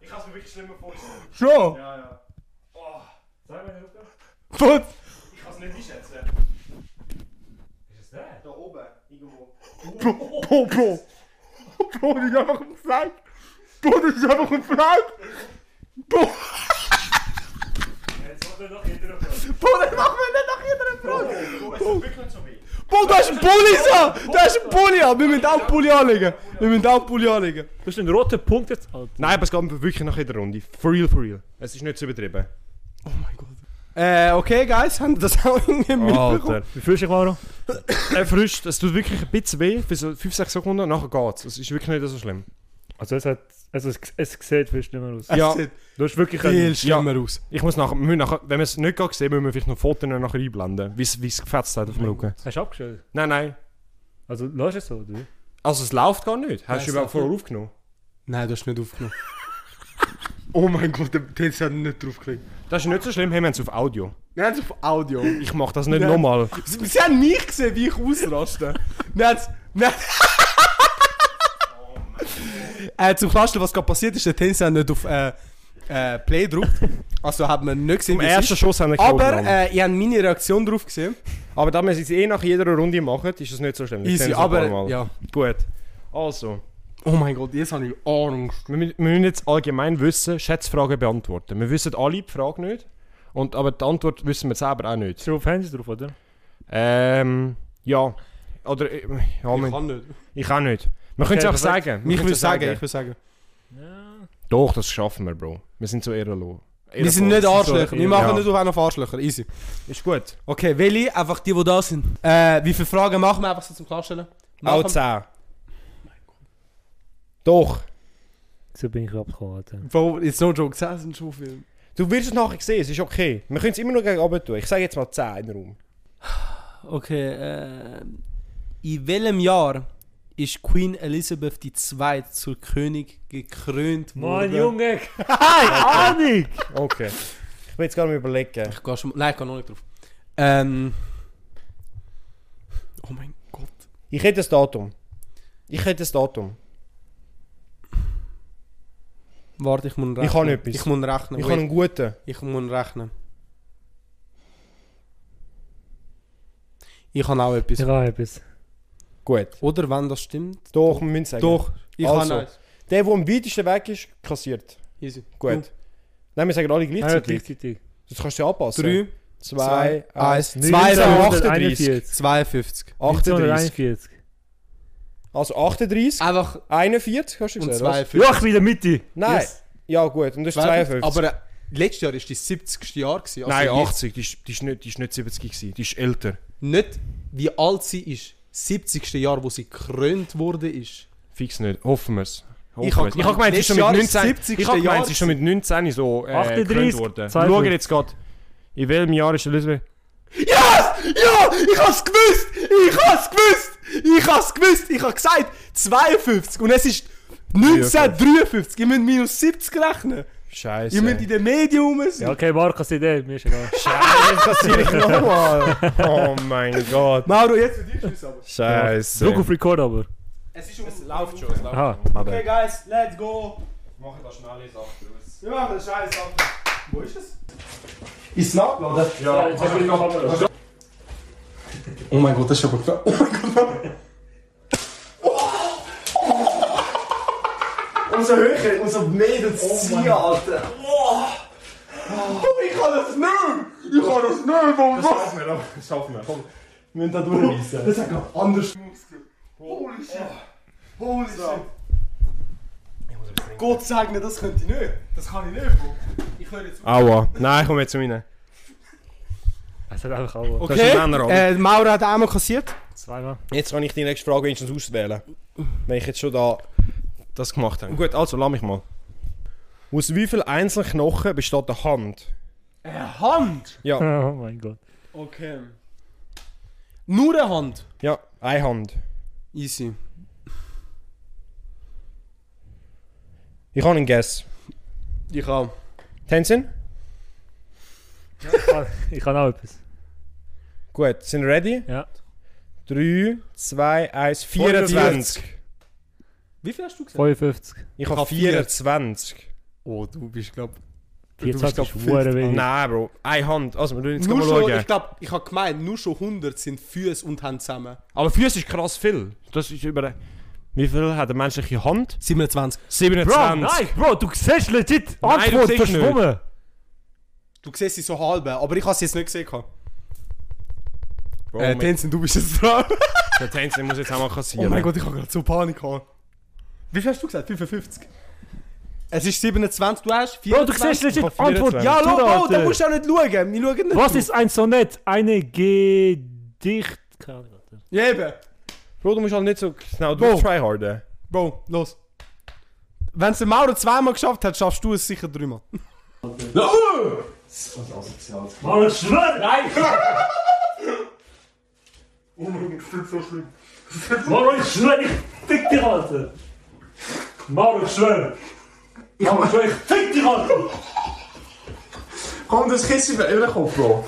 S4: Ich kann es mir wirklich schlimmer vorstellen.
S3: Schon?
S4: Ja, ja. Oh,
S5: Sag mal, Luca.
S3: Was?
S4: ich kann es nicht einschätzen.
S5: Ist es der?
S4: Da oben, irgendwo.
S3: Bro, Bro, Bro. Bro, das ist einfach ein Flag. Bro, das ist einfach ein Flag.
S4: Halt!
S3: Bro,
S5: Jetzt macht er noch hinterher. Frage.
S3: Bro, das machen wir nicht nach jeder Frage.
S4: Oh, es tut wirklich nicht so weh.
S3: Bro, da ist ein Pulli so! Da ist ein Pulli an! Wir müssen auch einen Pulli anlegen! Wir müssen auch einen Pulli anlegen!
S5: Du hast einen roten Punkt jetzt.
S4: Nein, aber es geht wirklich nach jeder Runde. For real, for real. Es ist nicht zu übertrieben.
S3: Oh mein Gott. Äh, okay, guys, haben das auch
S4: Oh,
S3: irgendwie mitbekommen?
S5: Wie fühlst du dich, Mauro?
S4: Erfrischt, es tut wirklich ein bisschen weh für so 5-6 Sekunden, nachher geht's. Es ist wirklich nicht so schlimm.
S5: Also, es, hat, also es, es sieht viel schlimmer aus.
S3: Es
S4: Ja.
S3: sieht
S5: Du hast wirklich
S3: viel
S5: einen,
S3: schlimmer aus.
S4: Ich muss nachher, wir müssen nachher wenn wir es nicht gerade sehen, müssen wir vielleicht noch Fotos nachher einblenden, wie es wie es gefetzt hat auf dem Rücken.
S5: Hast du abgestellt?
S4: Nein, nein.
S5: Also, lass es so, du.
S4: Also es läuft gar nicht.
S3: Nein,
S4: Hast
S3: es
S4: du überhaupt
S3: läuft
S4: vorher aufgenommen?
S3: Nein, du hast nicht aufgenommen.
S4: Oh mein Gott, der Tils hat nicht draufgeklickt. Das ist nicht so schlimm, hey, wir haben es auf Audio.
S3: Wir haben es auf Audio.
S4: Ich mach das nicht
S3: Ja.
S4: nochmal.
S3: Sie, sie haben nicht gesehen, wie ich ausraste. Wir haben es. wir haben- äh, zum Klarsten, was gerade passiert ist, der Tennis hat nicht auf äh, äh, Play gedrückt. Also hat man nicht gesehen,
S4: Im
S3: wie es
S4: ersten
S3: ist.
S4: Schuss haben wir
S3: Aber
S4: aufgenommen.
S3: äh, ich habe meine Reaktion drauf gesehen.
S4: aber da wir es jetzt eh nach jeder Runde machen, ist es nicht so schlimm. Wir sehen
S3: Easy,
S4: es noch ein paar
S3: aber.
S4: Mal.
S3: Ja.
S4: Gut. Also,
S3: Oh mein Gott, jetzt habe ich Angst.
S4: wir, mü- wir müssen jetzt allgemein wissen, Schätzfragen beantworten. Wir wissen alle die Frage nicht, und, aber die Antwort wissen wir selber auch nicht.
S5: Ist auf Handys drauf, oder?
S4: Ähm, ja. Oder, äh, ja,
S3: Ich
S4: ich,
S3: kann nicht.
S4: ich auch nicht. Wir können es
S5: Okay,
S4: auch
S5: perfekt.
S4: sagen. Wir
S3: Ich
S4: können's
S3: will
S4: auch
S3: sagen, ich will sagen.
S5: Ja.
S4: Doch, das schaffen wir, Bro. Wir sind so ehrenlos.
S3: Wir sind nicht Arschlöcher. Wir machen
S4: Ja.
S3: nicht auf einen auf Arschlöcher. Easy.
S4: Ist gut.
S3: Okay, welche? Einfach die, die da sind. Äh, wie viele Fragen machen wir einfach so zum Klarstellen?
S4: Auch 10. Doch.
S5: So bin ich abgekommen, Alter.
S3: Bro, it's no joke, 10 sind schon viel.
S4: Du wirst es nachher sehen, es ist okay. Wir können es immer noch gegen oben tun. Ich sage jetzt mal 10 in den Raum.
S3: Okay, äh, in welchem Jahr ist Queen Elizabeth II zur König gekrönt worden?
S5: Mann, Junge! Ahnung!
S4: Okay. Ich will jetzt gar nicht mehr überlegen.
S3: Ich geh schon, nein, ich kann noch nicht drauf. Ähm, oh mein Gott.
S4: Ich hätte das Datum. Ich hätte das Datum.
S3: Warte, ich muss rechnen.
S4: Ich habe etwas.
S3: Ich muss rechnen.
S4: Ich
S3: Ich,
S4: habe einen guten.
S3: ich muss rechnen. Ich habe auch etwas.
S5: Ich habe etwas.
S4: Gut.
S3: Oder wenn das stimmt?
S4: Doch, wir müssen sagen.
S3: Doch, ich
S4: Also.
S3: habe eins.
S4: Der, der am weitesten weg ist, kassiert.
S3: Easy.
S4: Gut. Nein, wir sagen alle gleichzeitig.
S5: gleichzeitig.
S4: Das kannst du ja anpassen.
S3: 3,
S4: 2, 1,
S5: 1941.
S3: 52.
S4: 38.
S5: 1941.
S4: Also 38,
S3: Einfach
S4: 41 hast du
S3: Ah. und
S4: gesagt, was?
S3: 52.
S5: Ja, ich bin in der Mitte!
S4: Nein.
S3: Yes.
S4: Ja gut, und das ist 52.
S3: Aber äh, letztes Jahr war das 70. Jahr. Gewesen, also
S4: Nein,
S3: jetzt
S4: 80, die ist, die, ist nicht, die ist nicht 70 gewesen, die ist älter.
S3: Nicht wie alt sie ist. 70. Jahr, wo sie gekrönt wurde, ist.
S4: Fix nicht, hoffen wir es.
S3: Ich
S4: Ich
S3: hab
S4: habe
S3: gemeint,
S4: gemeint, sie ist schon mit
S3: letztes Jahr ist
S4: 19,
S3: 70.
S4: ich hab gemeint, sie ist
S3: Jahr
S4: schon mit 19 so äh,
S5: 38,
S4: gekrönt worden.
S5: 52.
S4: Schauen jetzt gerade, in welchem Jahr ist Elisabeth...
S3: Ja, ich hab's gewusst! Ich hab's gewusst! Ich hab's gewusst! Ich hab gesagt 52 und es ist 1953. Ihr müsst minus 70 rechnen.
S4: Scheiße.
S3: Ihr müsst in den Medien rum sein.
S5: Ja, okay, Marco, sie der, mir ist egal.
S4: Ah, das passiere ich nochmal. Oh mein Gott.
S3: Mauro, jetzt für dich Schluss aber.
S4: Scheiße.
S5: Druck auf Record aber.
S3: Es ist um. Es läuft schon.
S5: Aha.
S3: Okay, guys, let's go!
S4: Mach da schnell Sachen raus.
S3: Wir machen den Scheiß ab. Wo ist es? Ist es nachgeladen?
S5: Ja, jetzt habe ich noch Kamera.
S3: Oh mein Gott, das ist aber klar. Oh mein Oh. Gott. Umso höher, umso mehr das Ziehen, Alter. Oh, ich kann das nicht! Ich kann das nicht, warum? Das
S4: Schaffen wir, das schaffen wir. Komm,
S3: wir müssen da durchreissen. Das hat gerade anders Holy shit. Oh. Holy shit. Gott segne, das könnte ich nicht. Das kann ich nicht, Bro. Ich höre jetzt
S4: Aua. Nein, komm jetzt zu mir.
S5: Es hat einfach auch.
S4: Das ist ein Männerabend.
S3: Eh, Äh, Mauro hat einmal kassiert.
S5: Zweimal.
S4: Jetzt kann ich die nächste Frage wenigstens auswählen. Wenn ich jetzt schon da das gemacht habe. Gut, also lass mich mal. Aus wie vielen einzelnen Knochen besteht eine Hand?
S6: Äh,
S3: Eine Hand!
S4: Ja.
S5: Oh mein Gott.
S3: Okay.
S6: Nur eine Hand.
S4: Ja, eine Hand.
S6: Easy.
S4: Ich habe einen Guess.
S6: Ich auch.
S4: Tenzin?
S5: Ah, Ich habe auch etwas.
S4: Gut, sind wir ready?
S5: Ja.
S4: 3, 2, 1, 24.
S6: Wie viel hast du gesagt?
S5: 55.
S4: Ich
S6: Ich
S4: habe
S6: hab vier.
S4: 24.
S6: Oh, du bist, glaub Du bist
S5: 24
S6: doch
S5: ist
S6: fit.
S5: verdammt wenig.
S4: Mhm. Nein, Bro. Eine Hand. Also, wir müssen jetzt
S6: Nur
S4: mal
S6: schon,
S4: schauen.
S6: ich glaube, ich habe gemeint, nur schon 100 sind Füße und Hände zusammen.
S4: Aber Füße ist krass viel. Das ist über... Wie viel hat eine menschliche Hand?
S6: 27.
S4: 27.
S7: Bro, nein, Bro, du siehst legit
S4: Nein, du
S7: Antwort
S4: siehst
S7: verschwommen.
S6: Du siehst sie so halb, aber ich habe sie jetzt nicht gesehen. gehabt.
S4: Bro,
S6: äh,
S4: Oh, mein-
S6: Tenzin, du bist jetzt dran.
S4: der Tenzin muss jetzt einmal kassieren.
S6: Oh mein Gott, ich habe gerade so Panik gehabt. Wie viel hast du gesagt? 55? Es ist 27, du hast
S7: Bro, du
S6: 24.
S7: siehst legit
S4: hab
S7: Antwort
S4: 24.
S7: ja,
S6: Hallo,
S7: Bro,
S3: oh,
S6: Bro, da musst du auch nicht schauen. Wir schauen nicht.
S7: Was ist ein Sonett? Eine Gedicht... Keine Ahnung, Alter.
S6: Ja, eben.
S4: Bro, du musst halt nicht so genau
S6: Bro.
S4: tryharden.
S6: Bro, los. Wenn es der Mauro zweimal geschafft hat, schaffst du es sicher dreimal.
S5: Mauro, ich schwöre, ich fick dich, Alter! Mauro, ich schwöre! Mauro, ich schwöre, ich fick dich, Alter!
S3: Komm, das Kissen für euren Kopf, Bro.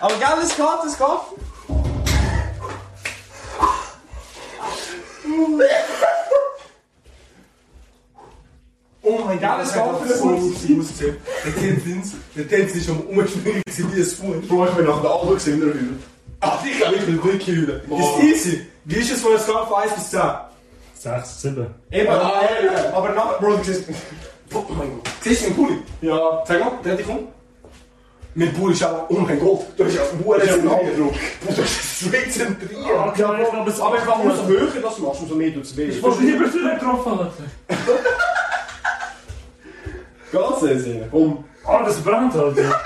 S3: Aber gell, es geht, es geht. Oh mein Gott, es geht für den Fuß. Der Tänz, der Tänz ist am umschwingen wie ein Fuß. um- Bro, ich bin nach der Augen gesehen, der Hühner. Ah, ich kann wirklich wirklich heulen. Ist easy. Wie ist es von der Skala von 1 bis 10?
S5: 6, 7.
S3: Eben, ah, ja, ja. aber nach Bro, du siehst. Oh mein Gott. Siehst du den Pulli? Ja. Zeig mal, der hat dich um. Mein Pulli ist aber, oh mein Gott, da ist ja ein Uhr im Abdruck. Du bist sweet zentriert. Ja, aber ich glaube, umso höher das machst, umso mehr tut es weh.
S5: Was ist über Süden getroffen, Alter?
S3: Ganz sehen. Um.
S5: Ah, das brennt, Alter!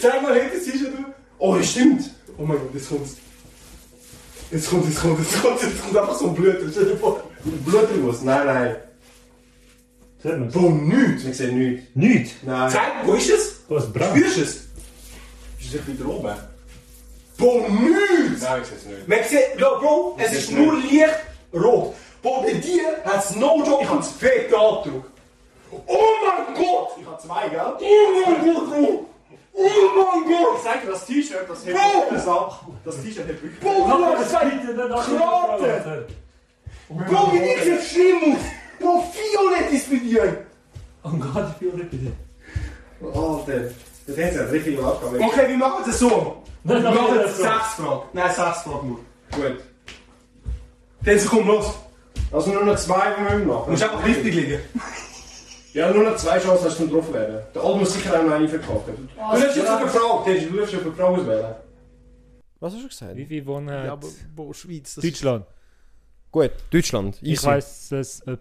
S3: Zeig mal, hinten siehst du. Oh, das stimmt. Oh mein Gott, jetzt kommt's. Jetzt kommt, jetzt kommt, jetzt kommt, jetzt kommt einfach so ein Bluter. Stell dir vor. Bluterguss? Nein, nein.
S5: Seht man?
S3: Bro, nichts. Ich sehe nichts.
S5: Nicht!
S3: Nein. Zeig, wo ist es?
S5: Was brennt?
S3: Spürst du es? Ist es wieder oben? Bro, nichts! Nein, ich seh's nicht. Man sieht, ja, Bro, es ist nur leicht rot. Bro, bei dir hat's no joke, ich hab's fett Abdruck. Oh mein Gott! Ich hab zwei, gell? Oh mein Gott, Bro! Oh mein Gott! Ich sag dir, das T-Shirt, das hebt alles ab. Das T-Shirt hebt wirklich... Bro,
S5: Ah,
S3: du hast zwei Krater! Bro, wie nichts jetzt schlimm aus! Bro, Violett ist bei dir!
S5: Oh Gott, ich bin auch nicht bei dir.
S3: Alter, das hätte ja richtig mal abgekommen. Okay, wir machen das so. Wir
S5: Nein, nein,
S3: machen
S5: nein,
S3: jetzt
S5: nein.
S3: sechs Fragen. Nein, sechs Fragen nur. Gut. Jetzt komm los.
S4: Also nur noch zwei, die wir
S3: Du
S4: machen.
S3: musst einfach richtig liegen.
S4: Ja, nur noch zwei Chancen hast du zum drauf werden. Der Alt muss sicher auch noch einen verkaufen.
S3: Du darfst jetzt eine Frage. Teddy, Du darfst jetzt eine Frage auswählen.
S4: Was hast du gesagt?
S5: Wie viel wohnen halt
S6: Ja,
S5: hat
S6: aber Bo, Schweiz. Das
S7: Deutschland.
S4: Gut, Deutschland. Easy.
S5: Ich weiß es. Äh,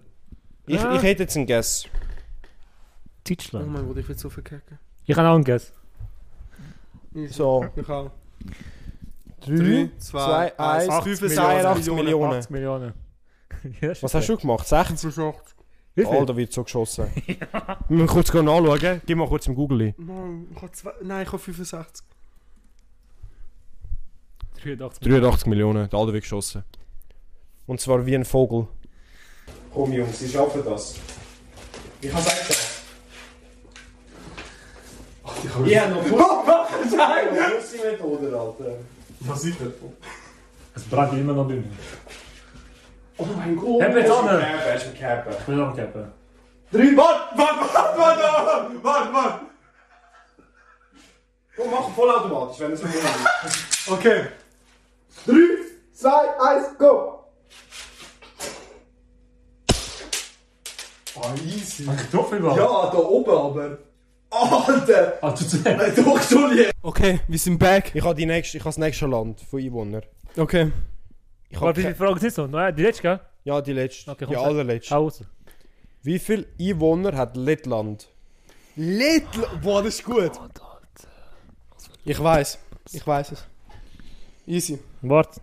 S4: Ich, ich hätte jetzt einen
S6: Ist...
S4: Guess.
S6: Oh
S5: Mhm.
S7: Deutschland.
S6: mein Gott, ich will so verkacken.
S5: Ich habe auch einen Guess.
S4: So.
S6: Ich auch.
S4: 3, 2, 1, 82 Millionen. Millionen.
S5: 80 Millionen.
S4: Was hast du gemacht? 60?
S5: Wie viel?
S4: Alter, wird so geschossen. Wir müssen kurz nachschauen. Gib mal kurz im Google.
S6: Nein, ich habe zwei... Nein, ich habe 65.
S5: 83 Millionen.
S4: 83 Millionen. Der Alter wird geschossen. Und zwar wie ein Vogel.
S3: Komm Jungs, ich schaffe das. Ich hab's eigentlich geschafft. Ach, ich hab... Ja, noch... Bro, mach Nein! Das ist die Methode,
S4: eh.
S3: Alter. Was ist das?
S5: Es brennt immer noch bei mir.
S3: Oh mein Gott.
S5: Heb je het dan?
S3: Er ist im Käfer.
S5: Ich will auch cappen.
S3: Drie. Wart, wart, wart, wart, wart, wart. Komm, mach vollautomatisch, wenn es so ist. Okay. 3, 2, 1, go!
S4: Oh,
S3: Ah, easy.
S5: Getroffen überhaupt?
S3: Ja, da oben aber. Alter!
S5: Ah, zu zählen.
S3: Nein, doch, Entschuldigung!
S6: Okay, wir sind back.
S4: Ich habe die nächste, ich habe das nächste Land von Einwohnern.
S6: Okay.
S4: Ich habe
S5: Warte, wie viele Fragen sind es noch? Nein, die letzte, gell?
S4: ke- ja, die letzte.
S5: Okay, komm,
S4: die
S5: sag.
S4: allerletzte.
S5: Hau raus.
S4: Wie viele Einwohner hat Lettland?
S6: Little... Boah, das ist gut. Ich weiß. Ich weiß es. Easy.
S5: Warte.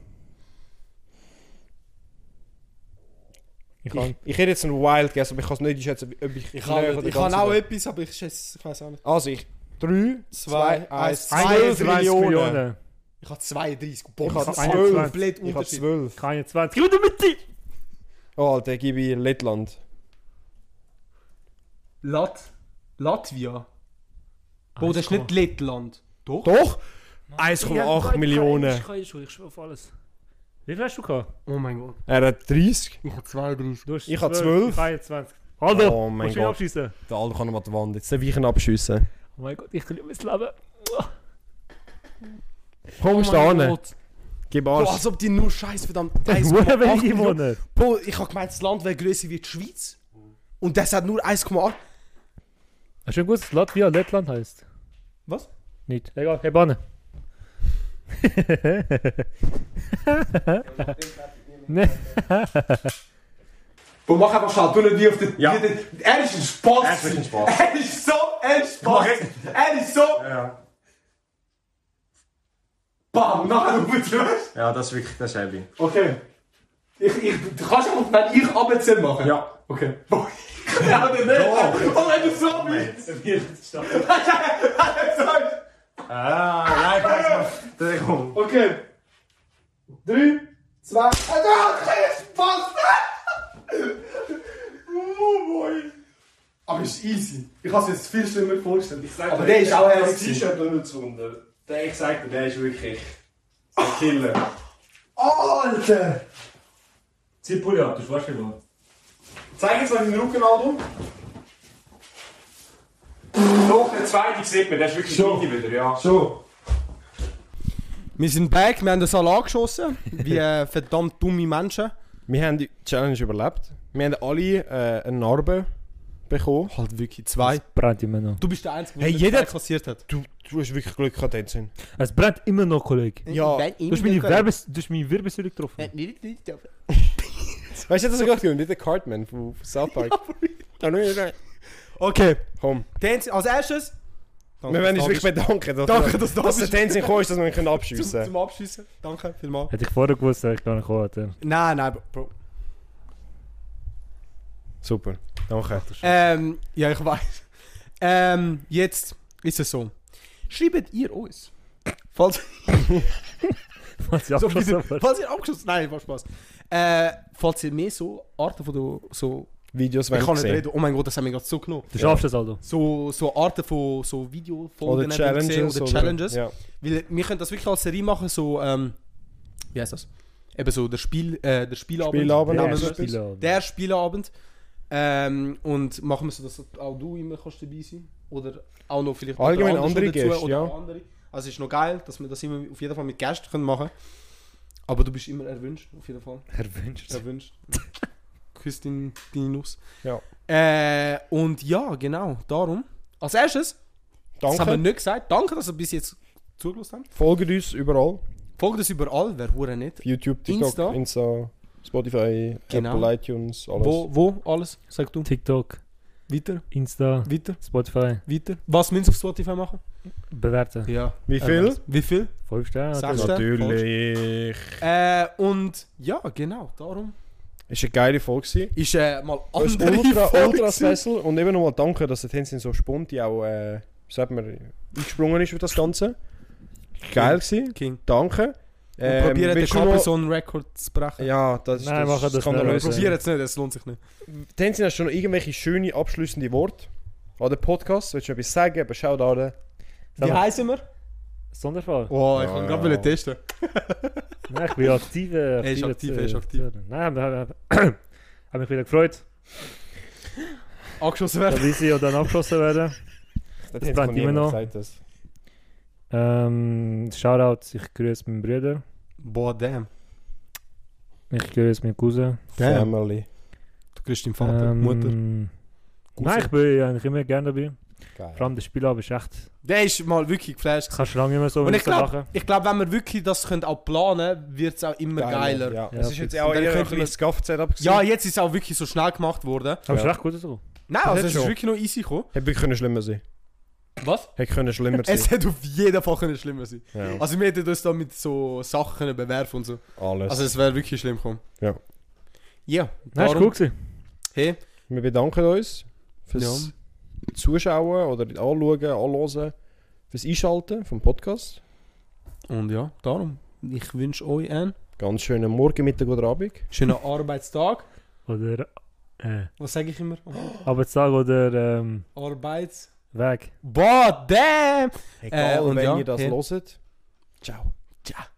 S4: Ich,
S5: Ich kann.
S4: ich hätte jetzt einen Wild Guess, aber ich kann es nicht schätzen, ob ich...
S3: Ich kann,
S4: näher
S3: nicht.
S4: oder
S3: Ich kann
S4: ganz
S3: auch
S4: näher-
S3: etwas, aber ich schätze, ich weiß auch nicht.
S4: Also ich... 3,
S3: Zwei, eins,
S4: 2, 1,
S3: zwei.
S4: 12
S5: 31
S4: Millionen.
S3: Ich habe 32. Boah,
S4: Ich
S3: das
S4: habe
S3: ist
S5: 21.
S3: komplett
S4: Ich habe
S3: Unterschied.
S4: 12.
S5: Keine 20. Gib mir die Mitte!
S4: Oh, Alter, gebe ich Lettland.
S3: Lat Latvia. Boah, das ist nicht Lettland. Doch.
S4: Doch! 1,8 Millionen.
S5: Ich kann schon, ich schwöre auf alles. Wie viel hast du gehabt?
S3: Oh mein Gott.
S4: Er hat 30.
S3: Ich habe 32.
S5: Du hast
S4: Ich hab 12.
S5: 21. Alter,
S4: Oh mein
S5: musst du mich
S4: Gott.
S5: abschiessen?
S4: Der Alter kann nochmal die Wand. Jetzt darf ich ihn abschiessen.
S5: Oh mein Gott, ich liebe mein Leben.
S4: Komm,
S3: Oh
S4: steh
S3: mein
S4: hin.
S3: Gott.
S4: Gib
S3: Boah,
S4: Arsch.
S3: als ob die nur scheiß verdammt
S5: Hure
S3: 1,8
S5: wenige
S3: Millionen.
S5: Einwohner.
S3: Boah, ich habe gemeint, das Land wäre grösser wie die Schweiz. Und das hat nur 1,8.
S5: Hast du schon gewusst, dass Latvia Lettland heißt?
S3: Was?
S5: Nicht. Egal, hey Banne. ne,
S2: Boah, mach einfach schnell, tu nicht die auf den...
S1: Ja.
S2: die- die- Er ist ein Spaß.
S1: Er ist wirklich ein Spaß.
S2: Er ist so ein Spaß. Er ist so...
S1: Ja,
S2: Bam, nachher du wieder los.
S1: ja, das ist wirklich, das ist heavy.
S2: Okay. Ich, ich, du kannst einfach, wenn ich ABC
S3: Oh.
S2: machen?
S1: Ja.
S2: Okay. Boah, ich kann auch nicht. Oh, wenn du so bist.
S1: Ah, nein, ich weiß noch.
S2: Okay. Drei, zwei... Ah, das ist Spaß. Oh, boy. Aber ist easy. Ich habe es jetzt viel schlimmer vorgestellt. Aber der ist auch
S1: Das
S2: herzig.
S1: T-Shirt noch nicht zu unter. Der, ich sag dir, der ist wirklich... Der Killer.
S2: Alter!
S1: Zieh Pulli ab, du weißt schon
S2: Zeig jetzt mal deinen Rückenalbum.
S1: Doch, der zweite sieht man, der ist wirklich
S2: Schon.
S1: mini wieder, ja.
S2: So.
S3: Wir sind back, wir haben den Salat geschossen. Wie äh, verdammt dumme Menschen.
S4: Wir haben die Challenge überlebt. Wir haben alle äh, eine Narbe bekommen.
S3: Halt wirklich zwei.
S5: es brennt immer noch.
S3: Du bist der Einzige,
S4: Hey,
S3: den
S4: jeder-
S3: zwei kassiert hat.
S4: Du, du hast wirklich Glück gehabt, Tenzin.
S5: Es brennt immer noch, Kollege.
S4: Ja.
S5: Du hast meine Dus Werbes, du hast meine Wirbelsäule getroffen.
S4: Weißt du, das sogar gemacht wie der Cartman von von South Park. Oh, Ja, nein, nein.
S3: Okay,
S4: Komm,
S3: Tänze als erstes.
S4: wir werden uns wirklich bedanken, dass,
S3: Danke, dass du da
S4: dass der
S3: bist.
S4: Tenzin gekommen ist, dass wir ihn können
S3: zum,
S4: abschiessen können.
S3: zum Abschießen. Danke, vielmals.
S5: Hätte ich vorher gewusst, hätte ich gar nicht gekommen.
S3: Nein, nein, Bro.
S4: Super, danke.
S3: Ähm, ja, ich weiß. Ähm, jetzt ist es so. Schreibt ihr uns. Falls,
S5: Was ich
S3: so
S5: abgeschossen
S3: wieder,
S5: habe.
S3: falls ihr abgeschossen Nein, war Spaß. Äh, falls ihr mehr so Arten von der- so.
S4: Videos
S3: Ich
S4: werden
S3: kann nicht
S4: gesehen.
S3: reden. Oh mein Gott, das haben wir gerade so genommen.
S5: Du schaffst das, Aldo.
S3: So, so Arten von so Videofolgen
S4: Oder
S3: habt ihr gesehen
S4: Challenges.
S3: oder Challenges.
S4: Ja.
S3: Weil wir können das wirklich als Serie machen, so, ähm, wie heißt das? Eben so der Spiel, äh, der Spielabend.
S4: Spielabend,
S3: Der
S4: ja,
S3: Spielabend.
S5: Spielabend.
S3: Der Spielabend. Ähm, und machen wir so, dass auch du immer kannst dabei sein Oder auch noch vielleicht
S4: Allgemein
S3: jemand anderes
S4: andere
S3: noch
S4: Gäste, ja.
S3: auch andere. Also es ist noch geil, dass wir das immer auf jeden Fall mit Gästen können machen Aber du bist immer erwünscht, auf jeden Fall.
S5: Erwünscht.
S3: Erwünscht. Küss deine deine Nuss.
S4: Ja.
S3: Äh, und ja, genau, darum. Als erstes, das haben wir
S4: Danke,
S3: nicht gesagt, danke, dass ihr bis jetzt zugelassen habt.
S4: folgt uns überall.
S3: Folgt uns überall, wer hure nicht.
S4: Auf YouTube, TikTok,
S3: Insta.
S4: Insta, Spotify,
S3: Genau.
S4: Apple, iTunes, alles.
S3: Wo, wo alles? Sag du.
S5: TikTok,
S3: Weiter,
S5: Insta,
S3: weiter,
S5: Spotify.
S3: weiter. Was müssen wir auf Spotify machen?
S5: Bewerten.
S3: Ja.
S4: Wie viel?
S3: Wie viel?
S5: 5 Sterne.
S3: Sechs.
S5: natürlich.
S4: Natürlich.
S3: Äh, und ja, genau, darum
S4: Es war eine geile Folge. gewesen.
S3: ist äh, mal
S4: Das
S3: andere
S4: Ultra,
S3: Folge
S4: ultra
S3: gewesen.
S4: special und eben nochmal danke, dass der Tenzin so spontan auch, äh, wie sagt man, eingesprungen ist für das Ganze. Geil gewesen,
S3: King. Äh,
S4: danke. Ähm,
S3: Und probieren den
S4: willst du noch-
S3: Cabezon-Rekord zu brechen.
S4: Ja, das,
S5: Nein,
S4: das,
S5: machen das
S4: kann
S5: nicht.
S4: er
S5: Probier-
S4: lösen.
S3: Probieren jetzt nicht, es lohnt sich nicht.
S4: Tenzin, hast du noch irgendwelche schöne abschließende Worte an den Podcast? Willst du etwas sagen, etwas Shoutouten?
S5: Sag mal,
S3: heißen wir?
S5: Sonderfall.
S3: Oh, ich
S4: Ja,
S3: kann
S4: ja.
S3: gerade wollen testen.
S5: Nein, ich bin aktiv. Er
S3: ist aktiv, er ist aktiv.
S5: Nein, ich habe hab mich wieder gefreut,
S3: Angeschossen
S5: dass
S3: werden.
S5: ich sie und dann abgeschossen werde.
S4: Der
S5: bleibt immer noch.
S4: gesagt das.
S5: Ähm, Shoutout, ich grüße meinen Bruder.
S3: Boah, damn.
S5: Ich grüße meinen Cousin.
S3: Damn.
S4: Family.
S3: Du kriegst deinen Vater,
S5: Ähm,
S3: Mutter.
S5: Nein, ich bin eigentlich immer gerne dabei.
S4: Geil.
S5: Vor allem das Spielabend ist echt.
S3: Der ist mal wirklich geflasht.
S5: Das
S3: gewesen.
S5: kannst du lange nicht mehr so
S3: Und ich
S5: so
S3: glaube, ich glaub, wenn wir wirklich das können auch planen wird es auch immer geiler.
S4: Ja.
S5: Ja,
S4: es ist jetzt
S5: fix.
S4: auch
S3: Und dann
S4: eher ein
S3: könnten wir-
S4: kleines Scuff-Setup gewesen.
S3: Ja, jetzt ist es auch wirklich so schnell gemacht worden.
S5: Aber es ist
S4: Ja.
S5: recht gut so.
S3: Nein,
S4: Das
S3: also
S4: hat
S3: es ist
S4: schon.
S3: wirklich noch easy gekommen.
S4: Hätte wirklich können schlimmer sein
S3: Was?
S4: Hätte können schlimmer sein
S3: Es hätte auf jeden Fall können schlimmer sein
S4: Ja.
S3: Also wir hätten uns da mit so Also Sachen können bewerfen und so.
S4: Alles.
S3: Also es wäre wirklich schlimm gekommen.
S4: Ja.
S3: Ja,
S5: Nein, ist
S3: darum-
S5: cool gewesen.
S3: Hey,
S4: Wir bedanken uns fürs Zuschauen oder Anschauen, Anhören, fürs Einschalten vom Podcast.
S3: und ja, darum. Ich wünsche euch einen
S4: Ganz schönen Morgen, Mittag oder Abend.
S3: schönen Arbeitstag.
S5: Oder äh,
S3: Was sage ich immer?
S5: Arbeitstag oder ähm,
S3: Arbeits...
S5: Weg.
S3: Boah, damn!
S4: Egal,
S3: und
S4: wenn
S3: ja,
S4: ihr das
S3: hey.
S4: hört. Ciao.
S3: Ciao.